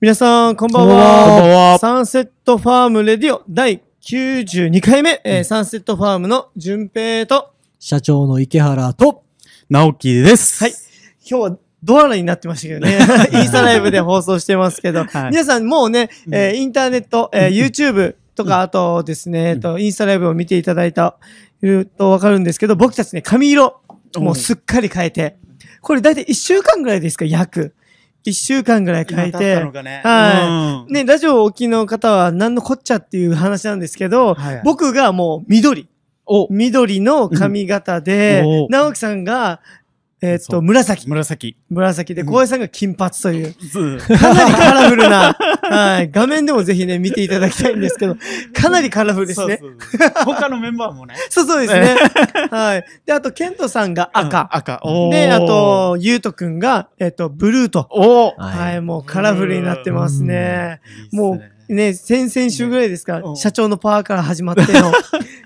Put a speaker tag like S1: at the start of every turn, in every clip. S1: 皆さん、こんばん
S2: こんばん
S1: は。
S2: は
S1: サンセットファームレディオ第92回目、えーサンセットファームの順平と、
S3: 社長の池原と、
S2: 直樹です。
S1: はい。今日はドアラになってましたけど ね。インスタライブで放送してますけど、
S2: はい
S1: 皆さんもうね、えーインターネット、えー YouTube とか、あとですね、えっと、インスタライブを見ていただいた、いるとわかるんですけど、僕たちね、髪色、もうすっかり変えて、これ大体1週間ぐらいですか、約。1週間ぐらい変え
S2: 今経った
S1: て
S2: の、かね
S1: はい
S2: うん
S1: ね、ラジオをお聞きの方は何のこっちゃっていう話なんですけど、
S2: はいはい
S1: 僕がもう緑。
S2: お
S1: 緑の髪型で
S2: うんお、
S1: 直樹さんが、えーっ
S2: そ
S1: と、
S2: う
S1: 紫。
S2: 紫。
S1: 紫で、
S2: うん
S1: 小林さんが金髪という、
S2: ず
S1: かなりカラフル な、はい、画面でもぜひね、見ていただきたいんですけど、かなりカラフルですね。
S2: そうそうそう他のメンバーもね。
S1: そうそうですね。はい。で、あと、ケントさんが
S2: うん
S1: 赤。
S2: 赤。おー
S1: で、あ、と、ゆうとくんが、えーっと、ブルーと。
S2: おー
S3: は
S1: は
S3: い
S1: い、もうカラフルになってますね。もうね、先々週ぐらいですか
S2: う、ん
S1: 社長のパーから始まっての、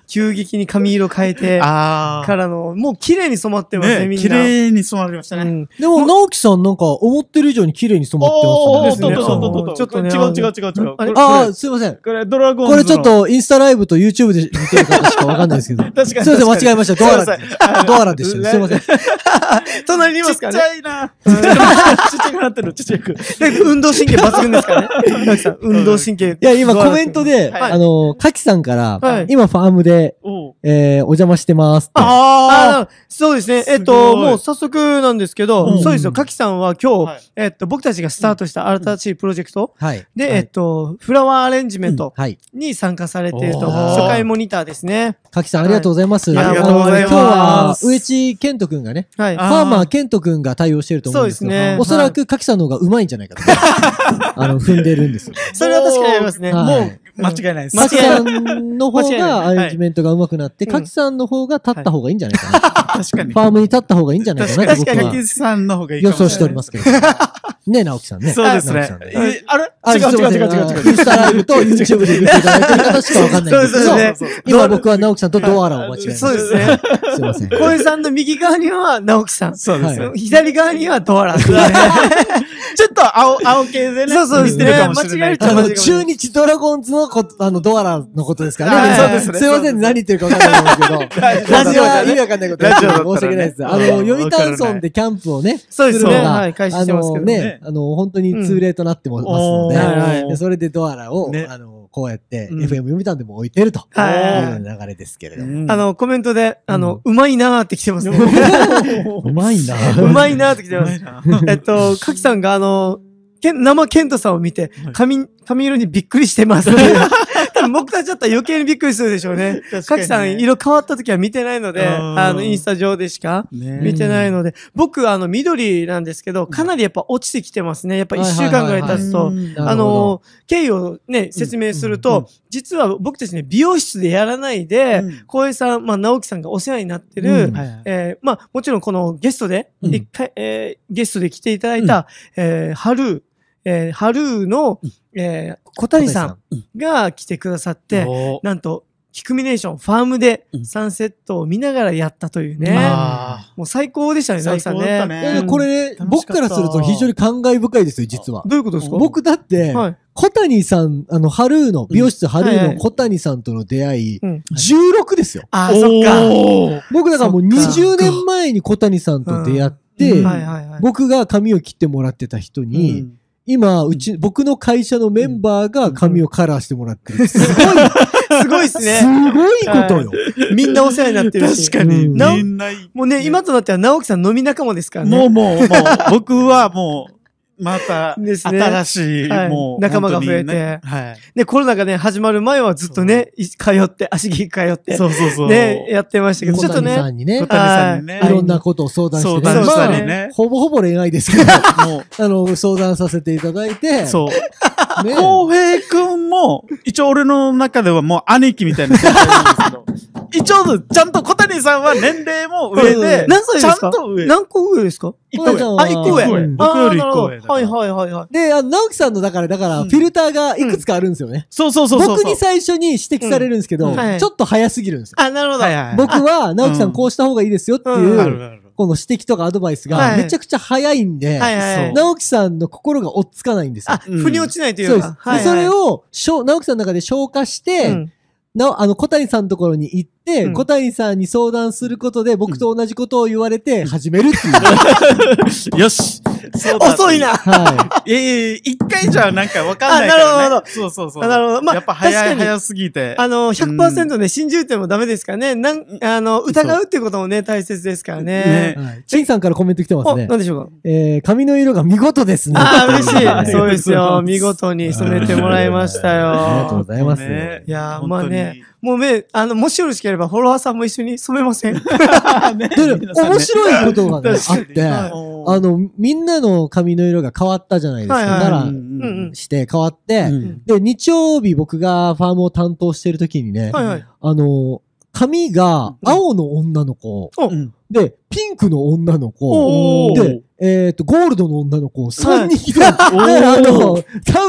S1: 急激に髪色変えて、
S2: あ
S1: か
S2: あ。
S1: らの、もう綺麗に染まってますね、
S2: ね、
S1: みんな。
S2: 綺麗に染まりました
S1: う
S2: ね。
S1: ん
S3: でも、直樹さんなんか思ってる以上に綺麗に染まってます
S1: お
S3: ね。
S1: ーおーおーおーおーおー
S2: ちょっとね。
S1: ち
S2: 違
S1: ょっ
S2: う
S1: とね
S2: 違う違う違う。これ
S3: ああ、すいません。
S2: これドラゴンズ
S3: こ
S2: の
S3: れちょっ、とインスタライブと YouTube で見てる方しかわかんないですけど。
S2: 確かに。
S3: すいません、間違え
S2: ま
S3: ました。ドアラです
S2: あ。
S3: ドアラでした。すいません。
S1: 隣にいま
S2: ちっ
S1: すか
S2: ち
S1: らね。
S2: ゃいな。ちっちゃくなってるちっちゃくなってる。ちっちゃく。
S1: だけど運動神経抜群ですからね。直樹さん運動神経。
S3: いや、今コメントで、
S2: はい
S3: あの、カキさんから、
S1: はい
S3: 今ファームで、
S2: お
S3: えー、お邪魔してますって。
S2: ああ。
S1: あーそうですね。
S2: すご
S1: え
S2: い
S1: っと、もう早速なんですけ
S2: う
S1: ど、
S2: ん
S1: そうですよ。かきさんは今
S2: はい
S1: 日、えっと、僕たちがスタートした新しいプロジェクト
S3: はい。
S1: で、
S3: はい
S1: えっと、フラワーアレンジメント
S3: うんはい。
S1: に参加されていると、
S2: お
S3: ー
S1: 初回モニターですね。
S3: カキさん、ありがとうございます。
S1: はい
S2: ありがとうございます
S3: 今日は、植地健人くんがね、
S1: はい。
S3: フ
S2: あ
S3: ァーマーケント君が対応してると思うんですけど、
S1: そうですね
S3: おそらくカキさんの方がうまいんじゃないか と。あの、踏んでるんですよ。
S1: それは確かにありますね。
S3: はい
S2: もう、間違いないです。
S1: 間違
S3: カ
S1: い
S3: キさんの方
S1: 間違いない
S3: がアレンジメントが上手くなって、
S1: はい
S3: カキさんの方が立った方がいいんじゃないかな。
S2: 確かに。
S3: ファームに立った方がいいんじゃないかなって
S2: 確
S3: 僕
S2: かに、
S3: は
S2: 柿さんの方がいいか
S3: 予
S2: もしれな
S3: 想
S2: い
S3: しておりますけど。ね、直樹さんね。
S2: そうです
S3: 直
S2: ね
S3: 樹さん。
S2: えあれ
S3: あ
S2: 違う
S3: すい
S2: 違
S3: ま
S2: う
S3: せん
S2: 違う違う違う
S3: インスタライブと YouTube で見ていただいてる方しかわかんない んですけ
S1: そうで
S3: ど、
S1: すね
S3: 今僕は直樹さんとドアラを間違えました。
S1: そうですね。
S3: すいません。
S1: 小江さんの右側には直樹さん。
S2: そうですね。
S1: 左側にはドアラ。
S2: ちょっと青、青系でね。
S1: そうそうですね
S2: 似てるかもしれな
S1: 間
S2: い
S1: 違え
S3: あ
S1: ると
S3: の、中日ドラゴンズのこ、あの、ドアラのことですからね。
S1: はい
S3: い、
S1: そう
S2: です
S3: す
S2: ね
S3: いません、何言ってるか分かんないと思う んですけど。
S2: 大丈夫
S3: ラジオは
S2: 大丈夫
S3: 意味わかんないこと
S2: ラジオだったらね
S3: 申し訳ないです。あ
S2: うん
S3: の、読
S2: わからない
S3: 谷村でキャンプをね、
S1: そうですね。
S3: のが
S1: はい、開始してますけ
S3: あ
S1: ど
S3: の
S1: ね。
S3: ね、あの、本当に通例となってます
S2: お
S3: の
S2: ー
S3: で、
S1: はい
S2: はい
S3: でそれでドアラを、
S2: ね
S3: あの、こうやって、
S1: うん
S3: FM 読谷でも置いてるという
S1: はい
S3: 流れですけれども。
S2: うん
S1: あ、の、コメントで、あの、うまいなーって来てますね。
S3: うまいな
S1: うまいなーって来て
S2: う
S1: ま
S2: ますい。な
S1: えっと、かきさんが、あの、けん生ケントさんを見て
S2: はい、
S1: 髪、髪色にびっくりしてますっていう。多分僕たちだったら余計にびっくりするでしょうね。
S2: 確か
S1: か
S2: に
S1: き
S2: ね
S1: さん、色変わった時は見てないので、
S2: うん
S1: あの、インスタ上でしか
S2: ね
S1: 見てないので、僕、あの、緑なんですけど、かなりやっぱ落ちてきてますね。やっぱ一週間ぐらい経つと。
S2: うん
S3: な
S1: あ
S3: るほ
S1: の、経緯をね、説明すると、
S3: うん
S1: 実は僕たちね、美容室でやらないで、
S2: うん
S1: 小江さん、まあ、直樹さんがお世話になってる、
S3: うん
S2: はいはい
S1: えーまあ、もちろんこのゲストで、
S3: うん
S1: 一回、えーゲストで来ていただいた、えーハルー、えーハルーの、えー小谷さんが来てくださって、
S2: おー
S1: なんと、キクミネーション、ファームで
S2: うん
S1: サンセットを見ながらやったというね。
S2: あ
S1: もう最高でしたね、直樹さんね。
S2: 最高だったね
S3: いやいやこれ
S2: 楽しか、
S3: ね
S2: った
S3: 僕からすると非常に感慨深いですよ、実は。
S1: どういうことですか
S3: 僕だって、
S1: はい。
S3: 小谷さん、あの、ハルーの、美容室ハル
S1: はいは
S3: ー
S1: い
S3: の小谷さんとの出会い、
S1: うん。
S3: 16ですよ。
S1: あ
S2: ー
S1: あ、そっか。
S2: おー
S3: 僕だからもう
S1: そっか
S3: 20年前に小谷さんと出会って、
S2: うん
S1: はいはいはい。
S3: 僕が髪を切ってもらってた人に、
S2: うん
S3: 今、うち、僕の会社のメンバーが髪をカラーしてもらってる。すごい、
S1: すごいっすね。
S3: すごいことよ。
S1: みんなお世話になってるし。
S2: 確かに、
S3: うん
S2: みんな、
S1: もうね、今となっては直樹さん飲み仲間ですからね。
S2: もうもうもう、 僕はもう、また、
S1: ですね
S2: 新しい、
S1: はい
S2: もう、
S1: 仲間が増えて
S2: 本当にねはい。
S1: ね、コロナがね、始まる前はずっとね、い通って、足切り通って、
S2: そうそうそう。
S1: ね、やってましたけど、ちょっと
S3: 小谷さ
S1: ね、
S3: んにね
S2: 小、谷さんにね
S1: はい
S3: ろんなことを相談して
S2: 相
S3: ね、
S2: 談した
S3: ま
S2: り
S3: あ
S2: ね。
S3: ほぼほぼ恋愛ですけど、あ
S2: も
S3: の、相談させていただいて、
S2: う、そう。
S3: ね
S2: 浩平くんも、一応俺の中ではもう兄貴みたいな存 在なんですけど、一応、ちゃんと小谷さんは年齢も上で、
S1: 何歳です
S2: ちゃ
S1: か
S2: んと上。
S1: 何個上ですか
S2: 一個上
S3: 小
S1: あ、
S3: 谷
S1: 一
S3: さんは
S1: 個上。
S2: 一個上
S3: うん
S2: 僕より一個上
S1: あーなる
S2: だ
S1: ほど
S2: から
S1: はいはいはいはい。
S3: で、あの直樹さんの、だから、だから、
S1: うん
S3: フィルターがいくつかあるんですよね。
S2: そうそうそうそうそう。
S3: 僕に最初に指摘されるんですけ
S1: う
S3: ど、
S1: んはい
S3: ちょっと早すぎるんですよ。
S1: あ、なるほど。
S2: はいはいはい、
S3: 僕は、直樹さん
S2: うん
S3: こうした方がいいですよって
S1: うん
S3: い
S2: ある
S3: う、
S2: ある。
S3: この指摘とかアドバイス
S1: は
S3: が
S1: い
S3: めちゃくちゃ早いんで、
S1: はいはいはい
S3: 直樹さんの心が落ち着かないんですよ
S1: あ、。腑に落ちないとい
S3: そう
S1: う
S3: です
S1: か。。はいはい
S3: でそれ、を、しょ直樹さんの中で消化して、
S1: うん
S3: な、あの、小谷さんのところに行って、
S1: うん
S3: 小谷さんに相談することで、僕と同じことを言われて、始める っていう。
S2: よし
S1: 遅いな。
S3: は
S2: ええ一回じゃなんかわかんないから、ね。
S1: あなるほど
S2: そうそうそう。
S1: あなるほどまあ
S2: やっぱ早
S1: 確
S2: い、
S1: かに
S2: 早すぎて。
S1: あの、100%ね、信じるってもダメですからね。なん、あの、疑うってこともね、大切ですからね。
S3: い。はい。チェンさんからコメント来てます
S1: お、
S3: ね
S1: な。んでしょうか。
S3: えー、髪の色が見事ですね。
S1: ああ、
S3: は
S1: 嬉しい。そうですよ。見事に染めてもらいました
S3: ありがとうご
S1: よ。
S3: ざいます。
S2: ね
S1: いやー
S2: 本当に
S1: まあね。もうね、あの、もしよろしければ、フォロワーさんも一緒に染めません
S2: ね
S3: で面白いことがねあっ
S2: 確
S3: て、
S2: かに
S3: あの、みんなの髪の色が変わったじゃないですか。
S1: はいはい
S3: カラ
S2: うんう
S3: ー
S1: う
S2: ん
S1: んうん。
S3: して変わって、
S2: うん
S3: で、日曜日僕がファームを担当してる時にね、
S1: はいはい。
S3: あの、髪が青の女の子、
S1: お
S2: うん
S3: で、ピンクの女の
S1: お
S3: 子、
S1: ー。
S3: で、えっ、と、ゴールドの女の子、3人いる。
S2: はい
S3: で あの、多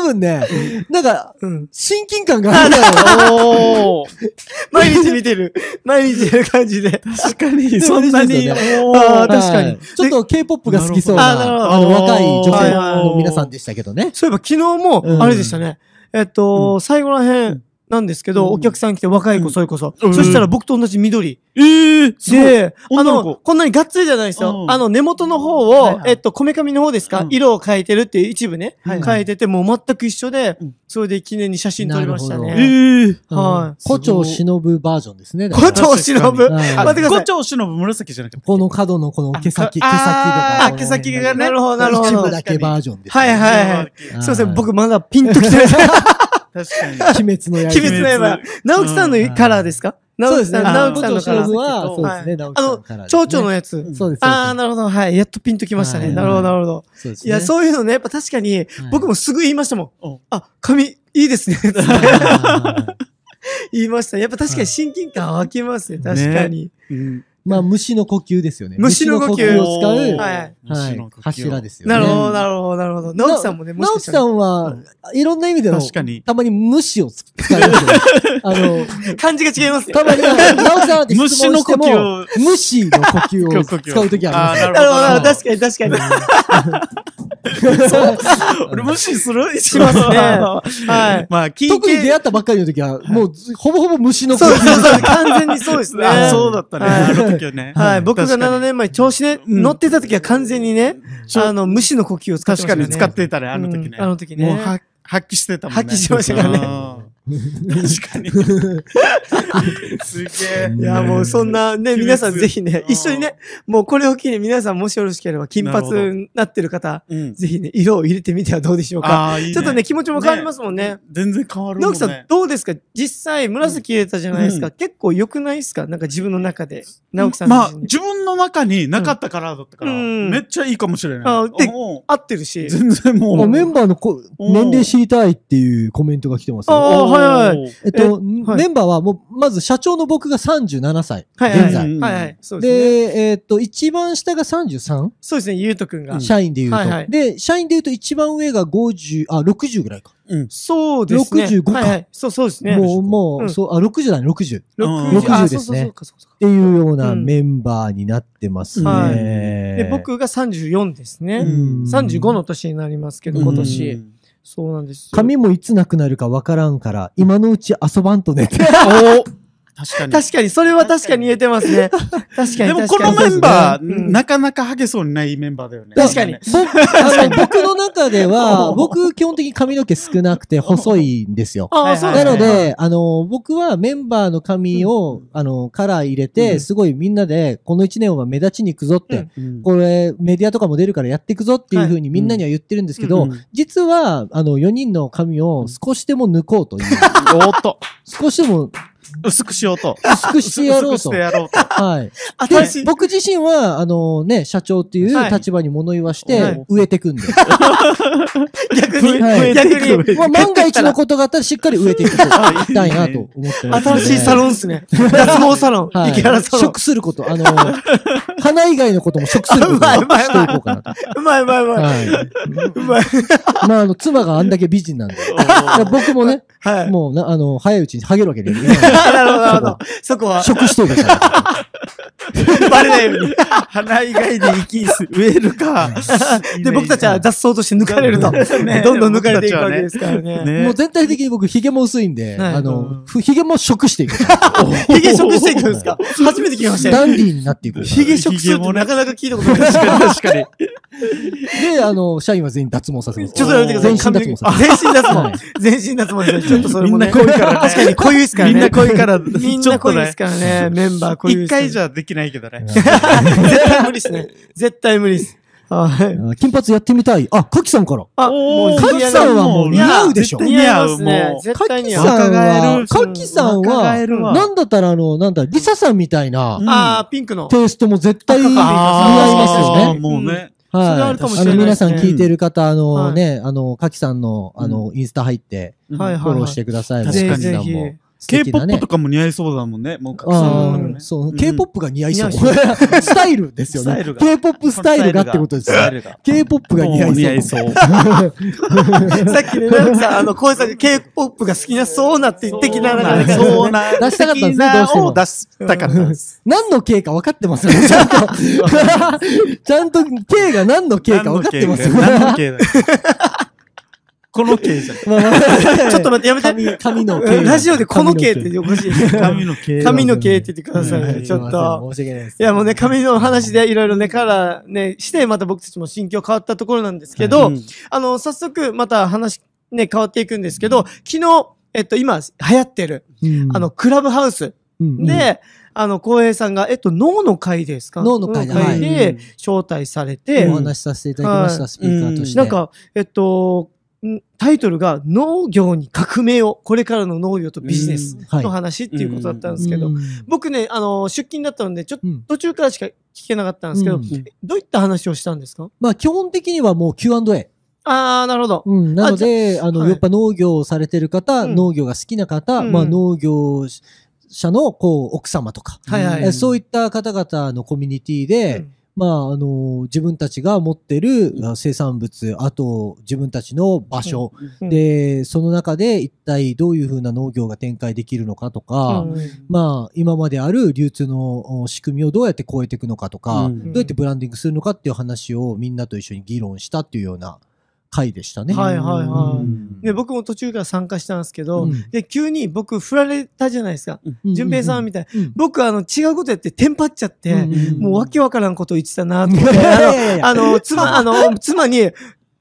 S3: 分ね、なんか、
S1: うん。
S3: 親近感があるんだよ。
S2: おー
S1: 毎日見てる。毎日見てる感じで。
S2: 確かに、
S3: も
S2: そんな
S3: 嬉しい
S2: に。
S3: です
S2: お
S1: あ
S2: ー
S1: ー確かに
S3: はいちょっと K-POP が好きそう
S1: あなるほ
S3: な、
S1: ど
S3: あの、若い
S1: は
S3: 女
S1: い
S3: 性
S1: はい
S3: の皆さんでしたけどね。
S1: そういえば、昨日
S3: うん
S1: も、あれでしたね。えっと、最後らへんなんですけ
S2: う
S1: ど、
S2: ん
S1: お客さん来て、若い子、それこそ。
S2: う
S1: そ
S2: ん
S1: したら、僕と同じ緑。
S2: ええすごい
S1: で、あ
S2: 女の子
S1: の、こんなにがっつりじゃないですよ
S2: う。ん
S1: あの、根元の方
S2: はい
S1: を
S2: は、い
S1: えっと、こめかみの方です
S2: う
S1: か
S2: ん
S1: 色を変えてるっていう一部ね。
S2: はいはい
S1: 変えてて、もう全く一緒で
S2: うん、
S1: それで記念に写真撮りました
S3: な
S2: え
S3: る
S1: ね。
S2: ー
S1: は
S3: 胡蝶忍バージョンですね。だ か
S1: 胡
S3: ら
S1: 蝶忍ぶ。
S3: はい
S1: 待ってくださ
S2: 五
S1: い。
S2: 丁忍紫じゃなくて。
S3: この角のこの毛先、毛先と
S2: あ
S3: か。
S2: あ毛先がね。
S1: なるほど、なるほ
S3: 一部
S1: ど。
S3: だけバージョンですね。
S1: はいはい
S3: あー
S1: すいません、僕まだピンときてない。鬼
S2: 確かに。
S3: 鬼滅の刃。
S1: 滅の刃。直樹さんのカラーですか
S3: そ
S1: 直
S3: うで
S1: 樹
S3: す
S1: さ
S3: ね。
S1: ん、直樹さんのカ
S3: あ
S1: ラ
S3: の
S1: ー。
S3: は、そうですね。直樹さんのカラーですね
S1: 蝶々のやつ。
S3: そうです。
S1: ああ、なるほど。はい。やっとピンときました
S3: は
S1: ね。
S3: い
S1: なるほど、なるほど。
S3: そうです
S1: いや、
S3: ね。
S1: そういうのね、やっぱ確かに、僕もすぐ言いましたも
S2: うん
S1: ん。あ、髪、いいですね。
S3: はい。
S1: 言いました。やっぱ確かに親近感湧きますね。確かに。
S2: うん
S3: まあ、虫の呼吸ですよね。
S1: 虫の呼吸
S3: 虫を使う、
S1: はい
S3: はい。柱ですよね。
S1: なるほど、
S2: ね
S1: なるほど、なるほど。直樹さんもね、もし
S3: 直
S1: か
S3: 樹
S1: した
S3: さ
S1: ら
S3: んは、いろんな意味での、
S2: 確かに。
S3: たまに虫を使 いますよね。あの、
S1: 漢字が違いますね。
S3: たまに、直樹さんって質問し
S2: 虫
S3: て
S2: の
S3: も、虫の呼吸を使うときあ
S1: な
S2: ー
S3: り
S1: るほど、なるほど
S2: なる
S1: 確かに、確かに。
S3: ます。
S2: ほど。俺無視する
S1: しますね。はい。
S2: まあ、聞いて。
S3: 特に出会ったばっかりの時は、もうず、ほぼほぼ虫の呼
S1: そう
S3: 吸。
S1: そうそう、完全にそうですね。
S2: あそうだったね。
S1: はい
S2: あの時はね。
S1: はい。僕が
S2: 確かに
S1: 7年前、調子ね、
S2: うん
S1: 乗ってた時は完全にね、
S2: そう
S1: あの、虫の呼吸を使ってまし
S2: 確か
S1: たよね。
S2: に使ってたね、あの時ね。
S1: うんあの時ね
S2: もうは発揮してたもんね。
S1: 発揮してましたからね
S2: ね。確かに。すげ
S1: いや、もうそんなね、皆さんぜひね、
S2: うん
S1: 一緒にね、もうこれを機に皆さんもしよろしければ、金
S2: なる
S1: 髪になってる方、
S2: え。うん。
S1: ぜひね、色を入れてみてはどうでしょうか。
S2: あー、いい。
S1: ちょっとね、、気持ちも変わりますもんね。
S2: 全然変わるも
S1: 直
S2: んね。
S1: 樹さん、どうですか実際、紫入れたじゃないですか。
S2: う
S1: 結構良くないですかなんか自分の中で。直樹さん
S2: まあ、
S1: 自身に
S2: 自分の中になかったカラーだったから、
S1: うん
S2: めっちゃいいかもしれない。
S1: あで
S2: うん
S1: 合ってるし。
S2: 全然もう。
S3: もうメンバーのこ
S2: うん
S3: 年齢知りたいっていうコメントが来てますよ
S1: あーはい
S2: はい。
S3: えっと、
S1: はい
S3: メンバーはもう、まず社長の僕が37歳。
S1: はいはい
S3: 現在。
S1: はいはい。そう
S3: で
S1: ですね。
S3: えっと、一番下が 33?
S1: そうですね、ゆうとくんが。
S3: 社員で言うと、
S1: はいはい
S3: で、社員で言うと一番上が50、あ、60ぐらいか。
S1: そうですね。
S3: 65か
S1: はいはい。そう、そうですね。
S3: もう、もう、
S1: うん
S3: そう、あ、60だね、60。っ
S2: うん
S1: 60
S3: 60
S1: あ
S3: です
S1: そ
S3: ね
S1: うそうそうかそうかそうか
S3: ていうような
S1: うん
S3: メンバーになってますね。
S1: はい
S3: で
S1: で、、僕が34です
S3: う
S1: ね。
S3: ん
S1: 35の年になりますけど、今年。。そうなんですよ。
S3: 髪もいつなくなるかわからんから、今のうち遊ばんとねって。
S2: お確かに。
S1: 確かに、それは確かに言えてますね。確かに。
S2: でも
S1: 確
S2: こ
S1: かに
S2: のメンバー、
S1: うん
S2: なかなか激そうにないメンバーだよ ね。
S1: 確 かに。
S3: あの僕の中で は、僕基本的に髪の毛少なくて細いんですよ。
S1: あ
S2: は
S1: あ、
S2: い
S1: そうだ
S3: なの
S1: ね
S3: で、あの、僕はメンバーの髪を、あの、カラー入れ
S2: う
S3: て、
S2: ん
S3: すごいみんなで、この一年は目立ちに行くぞって、
S1: うん
S2: うん
S3: これ、メディアとかも出るからやっていくぞっていうふうにみんなには言ってるんですけど、
S2: うん
S3: 実は、あの、4人の髪を少しでも抜こうという、
S2: おっと。
S3: 少しでも
S2: 薄くしようと。
S3: 薄くしてやろ う
S2: 薄
S3: と
S2: くして。やろうと。
S3: はい。
S1: 新し
S3: で、
S1: い。
S3: 僕自身は、あのね、社長ってい
S1: はいう
S3: 立場に物言わし
S2: は
S3: て
S2: い、
S3: 植えていくん で。
S1: 逆
S3: はい
S1: に、逆に。
S3: まあ、万が一のことがあったらしっかり植えてい くと、いきたいなと思ってますの
S1: 新
S3: で。
S1: しいサロンですね。脱毛サロン。
S3: はい。
S1: 池原サロン
S3: 食。すること、あの、 花以外のことも食することをしていこうかなと。
S1: うまいうまいうまい。
S3: はい。
S1: うまい。
S3: まあ、あの、妻があんだけ美人なんで。
S2: おー
S3: 僕もね、
S1: はい。
S3: もうな、あの、早いうちにハゲるわけで。今
S1: なるほど、なるほど。そこは、
S3: 食しとるから。
S1: バレないように。
S2: 鼻以外に息植えるか。
S1: で、僕たちは雑草として抜かれると。
S2: ね
S1: どんどん抜かれていくわけですからね。
S2: ね
S3: もう全体的に僕、ヒゲも薄いんで、
S1: はい
S3: あの、ふヒゲも食していく。
S1: ヒゲ食していくんですか初めて聞きました
S3: ダ
S1: よ。
S3: ンディーになっていく。
S1: ヒゲ食するってなかなか聞いたことないですよ。
S2: 確かに。
S3: で、あの、社員は全員脱毛させます。
S1: ちょっとやめてください。
S3: 全身脱毛させ
S1: あ
S3: ます。
S1: 全身脱
S3: はい
S1: 毛。全身脱毛ですね。ちょっとそれもね。
S2: みんな濃いからね
S1: 確かに濃いですからね。
S2: みんな濃いから
S1: みん
S2: ちょ
S1: な
S2: っ
S1: 濃
S2: と
S1: い
S2: ね
S1: ですからね。メンバー濃いで
S2: 一
S1: すからね。
S2: 回じゃできないけどね。
S1: 絶対無理ですね。絶対無理です。はい。
S3: あ金髪やってみたい。あ、カキさんから。
S1: あ、
S2: おー
S1: もう
S3: カキさんはもう似合うでしょ。
S2: いや
S1: 似合います
S2: 似合う
S1: ね
S2: も。う
S1: 絶
S3: カ
S1: 対
S3: キ
S1: 似
S3: さ
S1: 合う。若
S3: んは、
S1: 返る
S3: カキさん
S2: 若返る
S3: は、
S2: わ
S3: なんだったらあの、なんだ、リサさんみたいな
S2: うん
S1: あー、ピンクの。
S3: テイストも絶対似合いますよ
S2: あー
S3: ね。
S2: もうね。
S1: それは
S3: は
S1: あ
S3: い。
S1: るかもし
S3: あ
S1: れな
S3: の、
S1: い
S3: 皆
S1: です
S3: さん
S1: ね
S3: 聞いてる方、あ
S1: は
S3: の
S1: い
S3: ね、あの、カキさんの、あの、インスタ入って、
S1: はい
S3: フォローしてください。
S2: 確かに
S3: カキ
S1: ぜ
S3: さん
S1: ひ
S3: も
S1: ぜ
S3: 素敵なね
S2: K-POP とかも似合いそうだもんね。もう格差
S3: あ
S2: もあ
S1: う
S2: るよ
S1: ん
S3: あ、
S2: ね。
S3: そうう、
S2: ん
S3: K-POP が似合いそう。
S1: 似合い
S3: スタイルですよ
S2: スタイ
S3: ね
S2: ル。が
S3: K-POP スタイルがってことですよ
S2: スタイルが。
S3: K-POP が似合いそう。
S2: 似合いそう。
S1: さっきね、なんかさ、あの、小江さんが K-POP が好きなそうなって的な、なんかね
S2: そうな、
S3: 出したかったんですねどうしても
S2: を出したかったんです。
S3: 何の K か分かってますよ ね、ちゃんと。ちゃんと K が何の K か分かってますよね。
S2: 何の K だよ この K じゃん。
S3: まあまあ
S1: ちょっと待って、やめて。
S3: 髪髪の K。
S1: ラジオでこの系っておかしい。
S2: 髪の K。
S1: 髪の系って言ってください
S3: は
S1: ね。
S3: い
S1: ちょっと。。
S3: 申し訳ないです。
S1: いやもうね、髪の話でいろいろね、カラーね、して、また僕たちも心境変わったところなんですけど、
S2: うん
S1: あの、早速、また話、ね、変わっていくんですけど、昨日、えっと、今、流行ってる、
S3: うん
S1: あの、、クラブハウス
S3: うん、
S1: で、あの、浩平さんが、えっと、脳の会ですか
S3: 脳の会だ
S1: 脳
S2: はい
S1: で、招待され
S3: う
S1: て、
S3: んお話しさせていただきまし
S1: は
S3: た、スピーカーとして。
S1: なん、か、えっと、んタイトルが、農業に革命を、これからの農業とビジネス
S3: はい
S1: の話っていうことだったんですけ
S3: う
S1: ど、
S3: ん、
S1: 僕ね、あの、出勤だったので、ちょっと
S3: うん
S1: 途中からしか聞けなかったんですけど、
S3: うん
S1: どういった話をしたんですか
S3: まあ、基本的にはもう Q&A。
S1: ああ、なるほど。
S3: うん、なので、あの、
S1: はい
S3: やっぱ農業をされてる方、
S1: うん
S3: 農業が好きな方、
S1: うん
S3: まあ、農業者の、こう、奥様とか、
S1: はいはい
S3: えそういった方々のコミュニティで、
S1: うん
S3: まあ、あの、自分たちが持ってるあ生産物、あと、自分たちの場所、
S1: うん
S3: で、その中で一体どういうふうな農業が展開できるのかとか、
S1: うん
S3: まあ、今まである流通のお仕組みをどうやって超えていくのかとか、
S2: う
S3: ど
S2: ん
S3: うやってブランディングするのかっていう話をみんなと一緒に議論したっていうような回でしたね。
S1: はいはいはい
S2: うん
S1: で、僕も途中から参加したんですけど、
S3: うん
S1: で、急に僕振られたじゃないですか。淳平さんみたいな。
S3: うん
S1: 僕、あの、違うことやってテンパっちゃって、
S3: うんうん
S1: もうわけわからんことを言ってたなと
S3: い
S1: 思って、あ
S3: やい
S1: の
S3: やいや
S1: あの、妻、あの、妻に、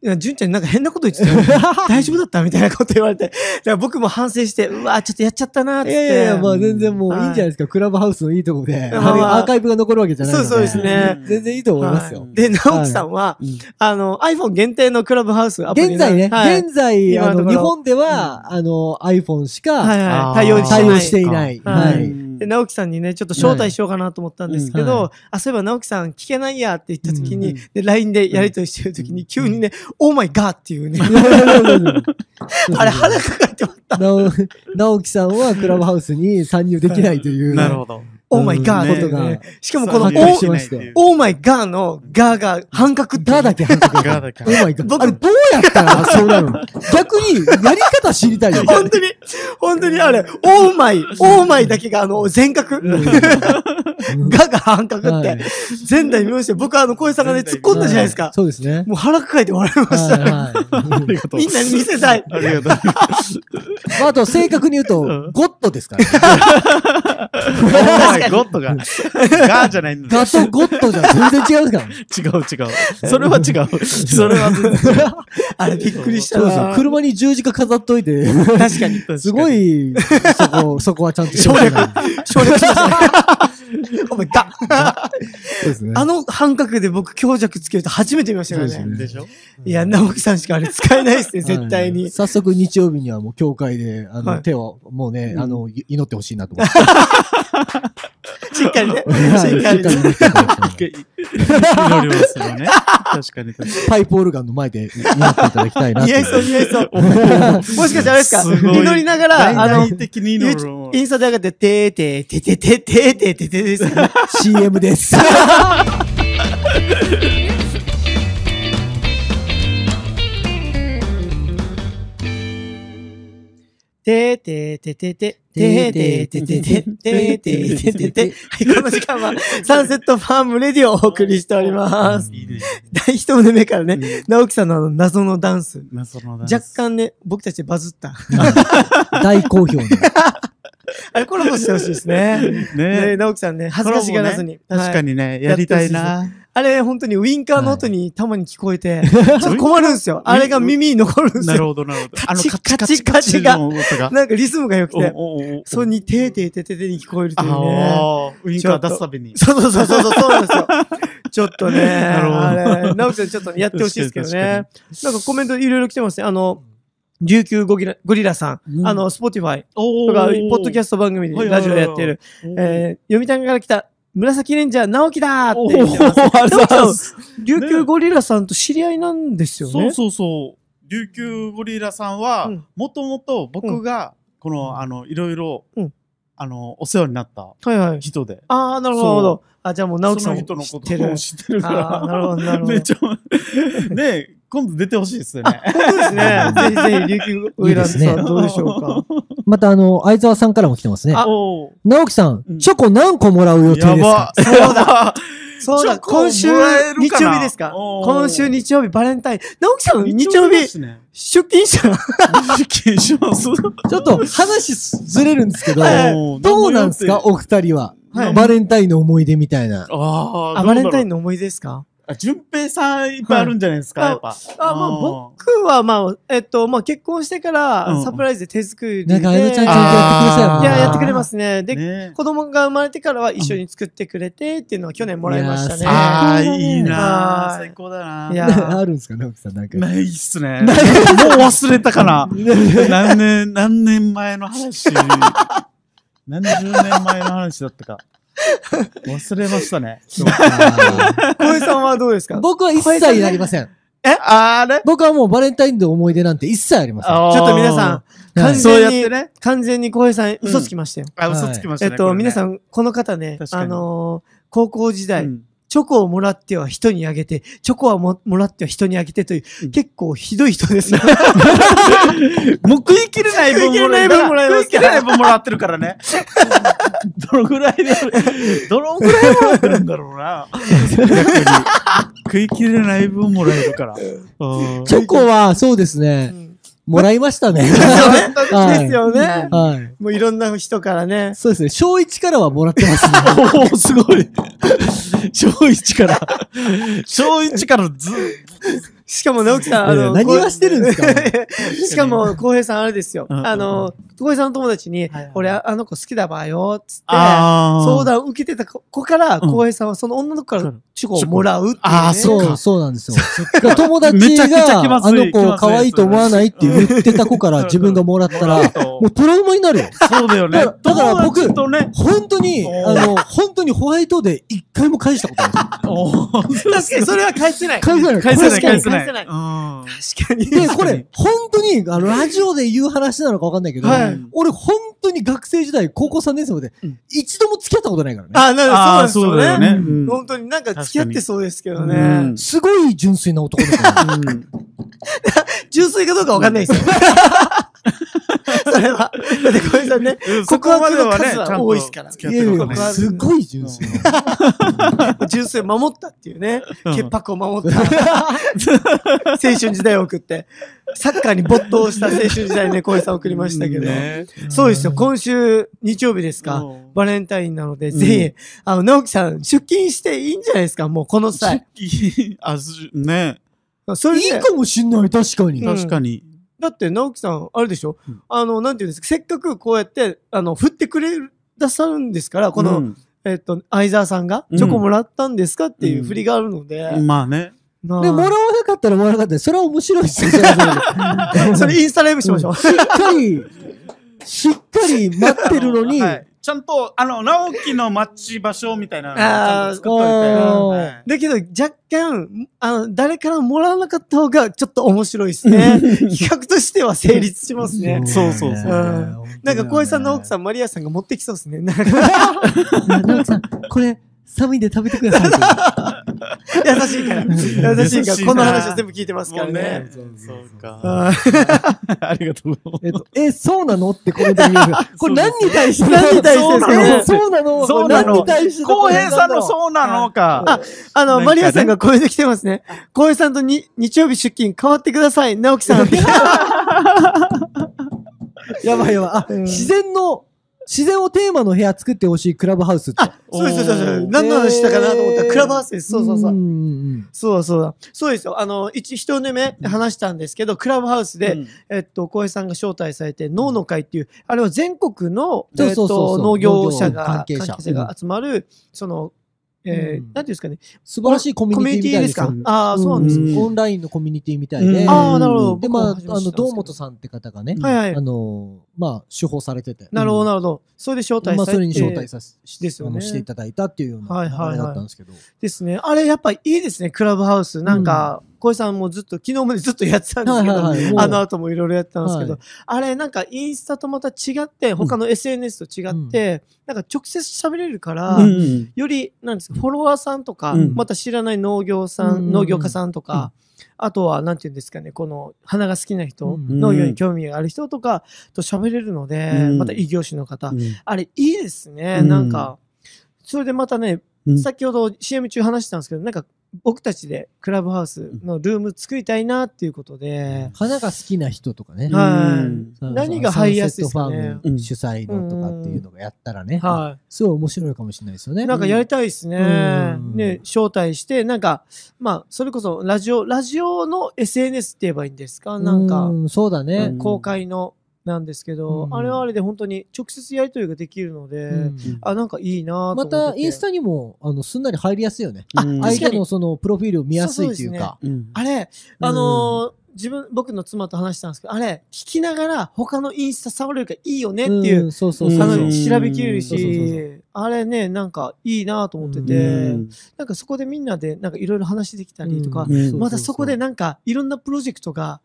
S1: いや純ちゃんなんか変なこと言ってたよ。 大丈夫だったみたいなこと言われて。だから僕も反省して、うわ、ちょっとやっちゃったなーっつっ
S3: い
S1: て。
S3: やいやいや、まあ全然もういいんじゃないですか。クラブハウスのいいとこで、あのアーカイブが残るわけじゃないの
S1: そう
S3: で。
S1: そうですね。
S3: 全然いいと思いますよ。
S2: はい
S1: で、直樹さんは、
S2: うん
S1: あの、iPhone 限定のクラブハウスアプリ
S3: 現在ね、
S1: はい
S3: 現在、
S1: 今
S3: あ
S1: のと
S3: の、
S1: ころ
S3: 日本では、あの、iPhone
S1: はい
S3: しか
S1: は
S2: あー
S1: い、対応してない
S3: 対応していない。
S1: は
S3: はいい。
S1: で、直樹さんにね、ちょっと招待しようかなと思ったんですけ
S3: うん
S1: ど、
S3: は
S1: あ、そういえば直樹さん聞けないやって言った時に、
S2: うん
S1: で、LINE でやりとりしてる時に、急にね、オーマイガーっていうね、あれ腹抱えてました。
S3: なお、直樹さんはクラブハウスに参入できないという。
S2: なるほど。
S1: オーマイガーっていう
S3: ことが
S1: ね。しかもこのオ
S3: そうね
S1: ー、
S2: て
S1: オーマイガーのガーが半角っていう
S3: ガーだけ反覚
S2: ガーだけ
S3: お前が。
S1: 僕
S3: あれ、どうやっ たらそうなるの逆に、やり方知りたいよ。
S1: 本当に、本当にあれ、オーマイ、オーマイだけがあの、全角。 ガーが半角っ
S3: は
S1: て
S3: い、
S1: 前代見まして、僕はあの、小江さんがね、突っ込んだじゃないですか。
S3: そうで すね。
S1: もう腹抱えて笑いました。
S3: はいはい
S1: みんなに見せたい。
S2: ありがとう。
S3: まああと、正確に言うと、ゴッドで すからね。
S2: オーマイゴッドが。ガーじゃないんだ。
S3: ガとゴッドじゃ全然違うからね。
S2: 違う違う。それは違う。それは全然違う。
S1: あれ、びっくりした
S3: そうですよ。
S1: わ。
S3: 車に十字架飾っといて、
S1: 確かに。
S3: すごい、そ こ、そこはちゃんと。省略。
S1: 省略しました ね。お前、ガ
S3: そうですね。
S1: あの半角で僕強弱つけると初めて見ましたから
S3: そう
S1: ね。
S2: でしょ
S1: いや、直樹さんしかあれ使えないですね、絶対
S3: は
S1: に
S3: い。早速日曜日にはもう教会で、あ
S1: は
S3: の、
S1: い
S3: 手を、もうね、あの、い祈ってほしいなと思って。
S1: しっかりね。
S3: はい
S1: しっかり
S3: し
S1: ね。
S3: っかりね
S2: 祈りますよね。確かに確か
S3: パイプオルガンの前で祈っていただきたいなっ
S1: 似
S3: て
S1: 合い
S3: い。
S1: うそう、似合いそう。もしかしてあれですか
S2: すごい
S1: 祈りなが
S2: に。
S1: ら、あの、
S2: 大々的にのろう
S1: YouTube インスタで上がって、てーてーてーてーてーてーてーてーてーですよね
S3: CM です。
S1: ててーてーてーてーてーてーてーてーてーてーてーてーてーてーてーはい、この時間はサンセットファームレディオをお送りしております。
S2: いいです
S1: 第一目目からね、
S2: ね。
S1: 直樹さんのあの謎のダンス。
S2: まあその
S1: 若干ね、僕たちバズった。
S3: 大好評の。
S1: あれコラボしてほしいですね。
S2: ね
S1: ね、直樹さんね、恥ずかしがらずに。
S2: 確か
S1: に。
S2: にね、やりたいな。
S1: あれ、本当にウィンカーの音にたまに聞こえて、ちょっと困るんですよ。あれが耳に残るんです
S2: なる
S1: よ。
S2: ほど、なるほど。
S1: カチカチカチが
S2: の音が。
S1: なんかリズムが良くて、そ
S2: そう
S1: にてーてーてーてーてーに聞こえるというね。
S2: あーウィンカー出すたびに。
S1: そうそうそうそうそう、そうなん ですよ。ちょっとね、
S2: なるほど
S1: あれ、直樹さんちょっとやってほしいですけどね。なんかコメントいろいろ来てますね。あの、琉球ゴリラゴリラさん、
S2: うん
S1: あの、スポティファイ
S2: お
S1: とか、ポ
S2: ー
S1: ッドキャスト番組
S2: は
S1: で
S2: いはい
S1: ラ
S2: はい
S1: ジオやってる、
S2: おー
S1: えー、読谷から来た紫レンジャー直樹だー
S2: お
S1: って言ってます。
S2: ーあざーす
S1: 琉球ゴリラさんと知り合いなんですよね。
S2: そうそうそう。琉球ゴリラさんは
S1: うん、
S2: もともと僕が、この、あの、いろいろ
S1: うん、
S2: あの、お世話になった
S1: はいはい。
S2: 人で。
S1: ああ、なるほどなるほど。あ、じゃあもう直樹
S2: そ
S1: さん
S2: の
S1: も
S2: 人の
S1: 知
S2: こ
S1: って
S2: と
S1: る
S2: を。知ってるか
S1: あ
S2: ら。
S1: あ、なるほど、なるほ ど。
S2: ね、ちょ、ね、今度出てほしいですよね。
S1: そうですね。ぜひぜひ、琉球ゴリラ
S3: いい
S1: さ
S3: で
S1: んどうでしょうか。
S3: またあの、相沢さんからも来てますね。
S1: あ
S2: お
S3: 直樹さ
S2: うん
S3: ん、チョコ何個もらう予定
S2: や
S3: です
S2: ば
S3: か。
S2: そう だ
S1: そう
S2: チ
S1: だ、
S2: ョコ
S1: 今週
S2: もらえる
S1: 日
S2: かな
S1: 曜日ですか
S2: おー
S1: 今週日曜日、バレンタイン。直樹さん、日曜日、出勤したら
S2: 出勤し ます。
S3: ちょっと話ずれるんですけど、
S1: はい
S3: どうなんですかお二人は。
S1: はい
S3: バレンタインの思い出みたいな。
S2: ああ、
S1: あ、バレンタイン
S2: ン。
S1: の思い出ですか
S2: あ、順平さんいっぱいあるんじゃないですか、
S1: はい
S2: やっぱ。
S1: あ、まあ
S2: ー
S1: 僕は、まあ、えっと、まあ結婚してか
S2: う
S1: ら、
S2: ん
S1: サプライズで手作りで。
S3: なんか、あやのちゃんち
S1: い
S3: ゃんとやってくださいよ
S2: あ
S3: な。。
S2: ー
S1: や、やってくれますすね。で、
S2: ね
S1: 子供が生まれてからは一緒に作ってくれてっていうのは去年もらいましたね。
S2: ああ、
S3: 最高だね
S2: いいな
S1: は
S2: あ
S1: い
S2: 最高だない
S1: や
S3: あるんですか直樹さ ん、なんか。
S2: ないっすね。もう忘れたかな何年、 何年前 の話。何十年前の話だったか。忘れまし たね。
S3: そうか
S1: 小江さんはどうですか
S3: 僕は一切やりません。
S2: え、あれ
S3: 僕はもうバレンタインの思い出なんて一切ありません。
S1: ちょっと皆さん、
S3: ん
S1: 完
S2: そうや
S1: 全に、
S2: ってね。
S1: 完全に小平さん嘘つきましたよ。
S2: あ、嘘つきました
S1: え
S2: ね。
S1: っと、皆さ
S2: ん、
S1: ん、この方ね、
S2: 確かに
S1: あのー、高校時代、
S2: うん
S1: チョコをもらっては人にあげて、チョコはももらっては人にあげてという、
S2: うん
S1: 結構ひどい人ですね。
S2: もう食い切れない分もらえ
S1: 食い切れない分もらえます
S2: 食い切れない分もらってるからね。 どのぐらいで、どのぐらいもらってるんだろ うな。逆に食い切れない分もらえるから。うん
S3: チョコは、そうですね。 もらいましたね。はい
S1: ですよね。
S3: はい。
S1: もういろんな人からね。
S3: そうですね。小一からはもらってますね。
S2: おお、すごい。小一から。小一からず、
S1: しかも直樹さん、あの、
S3: 何が
S1: こ
S3: してるんですか
S1: う しかも、浩平さんあれですよ。
S2: うん
S1: あの、浩平さんの友達に
S2: はいはい、
S1: 俺、あの子好きだばよ、つって、
S2: あー
S1: 相談受けてた子から、
S2: うん
S1: 浩平さんはその女の子か
S2: う
S1: ら
S2: ん
S1: チョコをもらうっていうね。
S2: あーそう
S3: そう、そうなんですよ。友達
S2: めちゃくちゃ
S3: が、
S2: 気ま
S3: あ
S2: ずい
S3: の子可愛いと思わないって言ってた子から自分がもらったら、もうトラウマになるよ。
S2: そうだよね。
S3: だからだから僕
S2: 友達とね、
S3: 本当に、
S2: お
S3: あ
S2: ー
S3: の、本当にホワイトで一回も返し たことないです。
S2: おー
S1: 確かに、それは返せない。
S3: 返せない。
S2: 返せない、
S3: これ
S2: 返
S3: し
S2: せ
S3: か
S2: な
S1: 返
S2: い。
S1: せない
S2: うん
S1: 確かに。
S3: で、これ、本当に、あの、ラジオで言う話なのかわかんないけど、
S1: はい
S3: 俺、本当に学生時代、高校3年生まで
S2: うん、
S3: 一度も付き合ったことないからね。
S1: あ、な
S2: あ
S1: ん
S2: あ、
S1: かそ
S2: そううだ
S1: なん
S2: よ
S1: ですよね。
S2: ね。うん
S1: 本当になんか付き合ってそうですけど
S2: 確かにう
S1: ね
S2: ん。
S3: すごい純粋な男だから。
S1: 純粋かどうかわかんない ですよ。それは。だって、小江さんね、
S2: うん
S1: 告白の数
S2: そこまではねちゃん
S1: は
S2: と
S1: 多いですから。
S2: 付き合っ
S3: い
S2: て
S3: やい
S2: るこ
S3: や
S2: と
S3: い
S2: ね
S3: や、すごい純粋な。
S1: 純粋を守ったっていうね。
S2: うん
S1: 潔白を守った。青春時代を送って。サッカーに没頭した青春時代ね、小江さん送りましたけど。
S2: ね
S1: そうですよ。今週日曜日ですか。
S2: うん
S1: バレンタインなので、
S2: うん
S1: ぜひ、あの、直樹さん、出勤していいんじゃないですかもうこの際。
S2: あ、すね。
S1: それ
S3: いい
S1: で、
S3: かもしんない、確かに。
S1: うん
S2: 確かに。
S1: だって直樹さん、あれでしょ
S2: うん
S1: あの、なんていうんですか、せっかくこうやって、あの、振ってくれる、出さるんですから、こ
S2: う
S1: の、
S2: ん、
S1: えっと、相沢さんが
S2: う、ん
S1: チョコもらったんですかっていう振りがあるので。
S2: まあね。
S1: なあ
S3: で、もらわなかったらもらわなかったで、それは面白いです よ、それはれ で
S1: それインスタライブしましょう。
S3: しっかり、しっかり待ってるのに、
S2: はいちゃんと、あの、直樹の待ち場所みたいなのをちゃんと作っ
S3: あー
S2: といて。
S1: だけど、若干、あの、誰からももらわなかった方が、ちょっと面白いですね。企画としては成立しますね。
S2: そうそうそう
S1: なんか、小井さんの奥さん、マリアさんが持ってきそうですね。なんか、
S3: ん。直樹さん、これ、寒いんで食べてくださいって。
S1: い優しいから。優しいから、この話を全部聞いてますからね。
S2: そうか。
S1: あー
S2: ありがとう。そ
S3: えっと、え、そうなのってこれで言う。これ何に対して
S1: 何に対して
S2: うな
S3: え
S2: の
S3: そうなの
S2: そうなの
S3: 何に対して
S2: 浩平さんの
S3: う。
S2: そうなのか。
S1: ああの、
S2: なんかね
S1: マリアさんがこれで来てますね。小平さんとに日曜日出勤変わってください、直樹さん。
S3: やばいやばい。あ、
S1: うん
S3: 自然の、自然をテーマの部屋作ってほしいクラブハウスって。
S1: そうです、そうですそうで
S2: お
S1: す。
S2: ー
S1: 何の話したかなと思ったら、
S3: えー
S1: クラブハウスです。そうそうそうう。
S3: ん
S1: そうだそうだ。そうですよ。あの、一、一目目話したんですけど、クラブハウスで、
S2: うん
S1: えっと、浩平さんが招待されて、農の会っていう、あれは全国の、
S3: そう
S1: えっ
S3: そうそうそう
S1: と、農業者が、
S3: 農
S1: 関
S3: 業関係
S1: 係
S3: 者
S1: 者が集まる、その、えー
S3: うん
S1: なんていうんですかね、
S3: 素晴らしいコミ
S1: コ
S3: ュ
S1: ミュ
S3: ニ
S1: ニ
S3: テ
S1: ティ
S3: ィみたい
S1: ですか
S3: よね
S1: ああ、そうなんです。
S2: うん
S3: オンラインのコミュニティみたいで。
S2: うん
S1: ああ、なるほど。
S3: で、
S1: 僕も
S3: まあ、
S1: 初めて
S3: あ
S1: 知ったんです
S3: の、
S1: けど
S3: 堂本さんって方がね、
S1: はいはい
S3: あの、まあ、手法されてて。
S1: なるほど、なるほど。それで招待
S3: まあ、
S1: されて、
S3: それに招待さし
S1: ですよね
S3: あのしていただいたっていうような
S1: はい
S3: 流
S1: はいはい
S3: れだったんですけど。
S1: ですね。あれ、やっぱいいですね、クラブハウス。なんか、小石さんもずっと、昨日までずっとやってたんですけど、
S3: はいはいはいもう
S1: あの後もいろいろやってたんですけど、
S3: はい
S1: あれ、なんかインスタとまた違って、他の SNS と違って、なんか直接喋れるから、
S2: うんうん
S1: より、なんですか、フォロワーさんとか、
S2: うん
S1: また知らない農業さん、
S3: うん
S1: 農業家さんとか、あとは、なんていうんですかね、この、花が好きな人、
S3: うん
S1: 農業に興味がある人とかと喋れるので、
S2: うん
S1: また異業種の方、
S2: うん
S1: あれ、いいですね、
S2: うん
S1: なんか。それでまたね、
S2: うん
S1: 先ほど CM 中話したんですけど、なんか僕たちでクラブハウスのルーム作りたいなっていうことで、
S3: 花が好きな人とかね。
S1: はい
S2: うん
S3: そう
S1: 何が入りやすいですかね
S3: サンセットファーム主催のとかっていうのがやったらね。
S1: は
S3: すごい面白いかもしれないですよ
S1: い。
S3: ね。
S1: なんかやりたいですね。
S3: うん
S1: ね、招待して、なんか、まあ、それこそラジオ、ラジオの SNS って言えばいいんですか
S3: う
S1: なんか、
S3: うそうだね。
S1: 公開のなんですけど、
S3: うん
S1: あれはあれで本当に直接やり取りができるので、
S3: うん
S1: あ、なんかいいなと思
S3: ま
S1: って
S3: た、インスタにも、あの、すんなり入りやすいよね。
S1: あ
S2: うん
S1: 確
S3: 相
S1: かに
S3: 手のその、プロフィールを見やすいというか。
S2: うん
S1: あれ、あのー自分、僕の妻と話したんですけど、あれ、聞きながら他のインスタ触れるからいいよねっていう、
S3: んそうそうそう
S1: あ
S3: そう。
S1: の調べきれる
S3: そうそうそうそ
S1: し、あれね、なんかいいなと思って
S2: う
S1: て
S2: ん、
S1: なんかそこでみんなでなんかいろいろ話できたりとか
S2: う、ん
S1: またそこでなんかいろんなプロジェクトが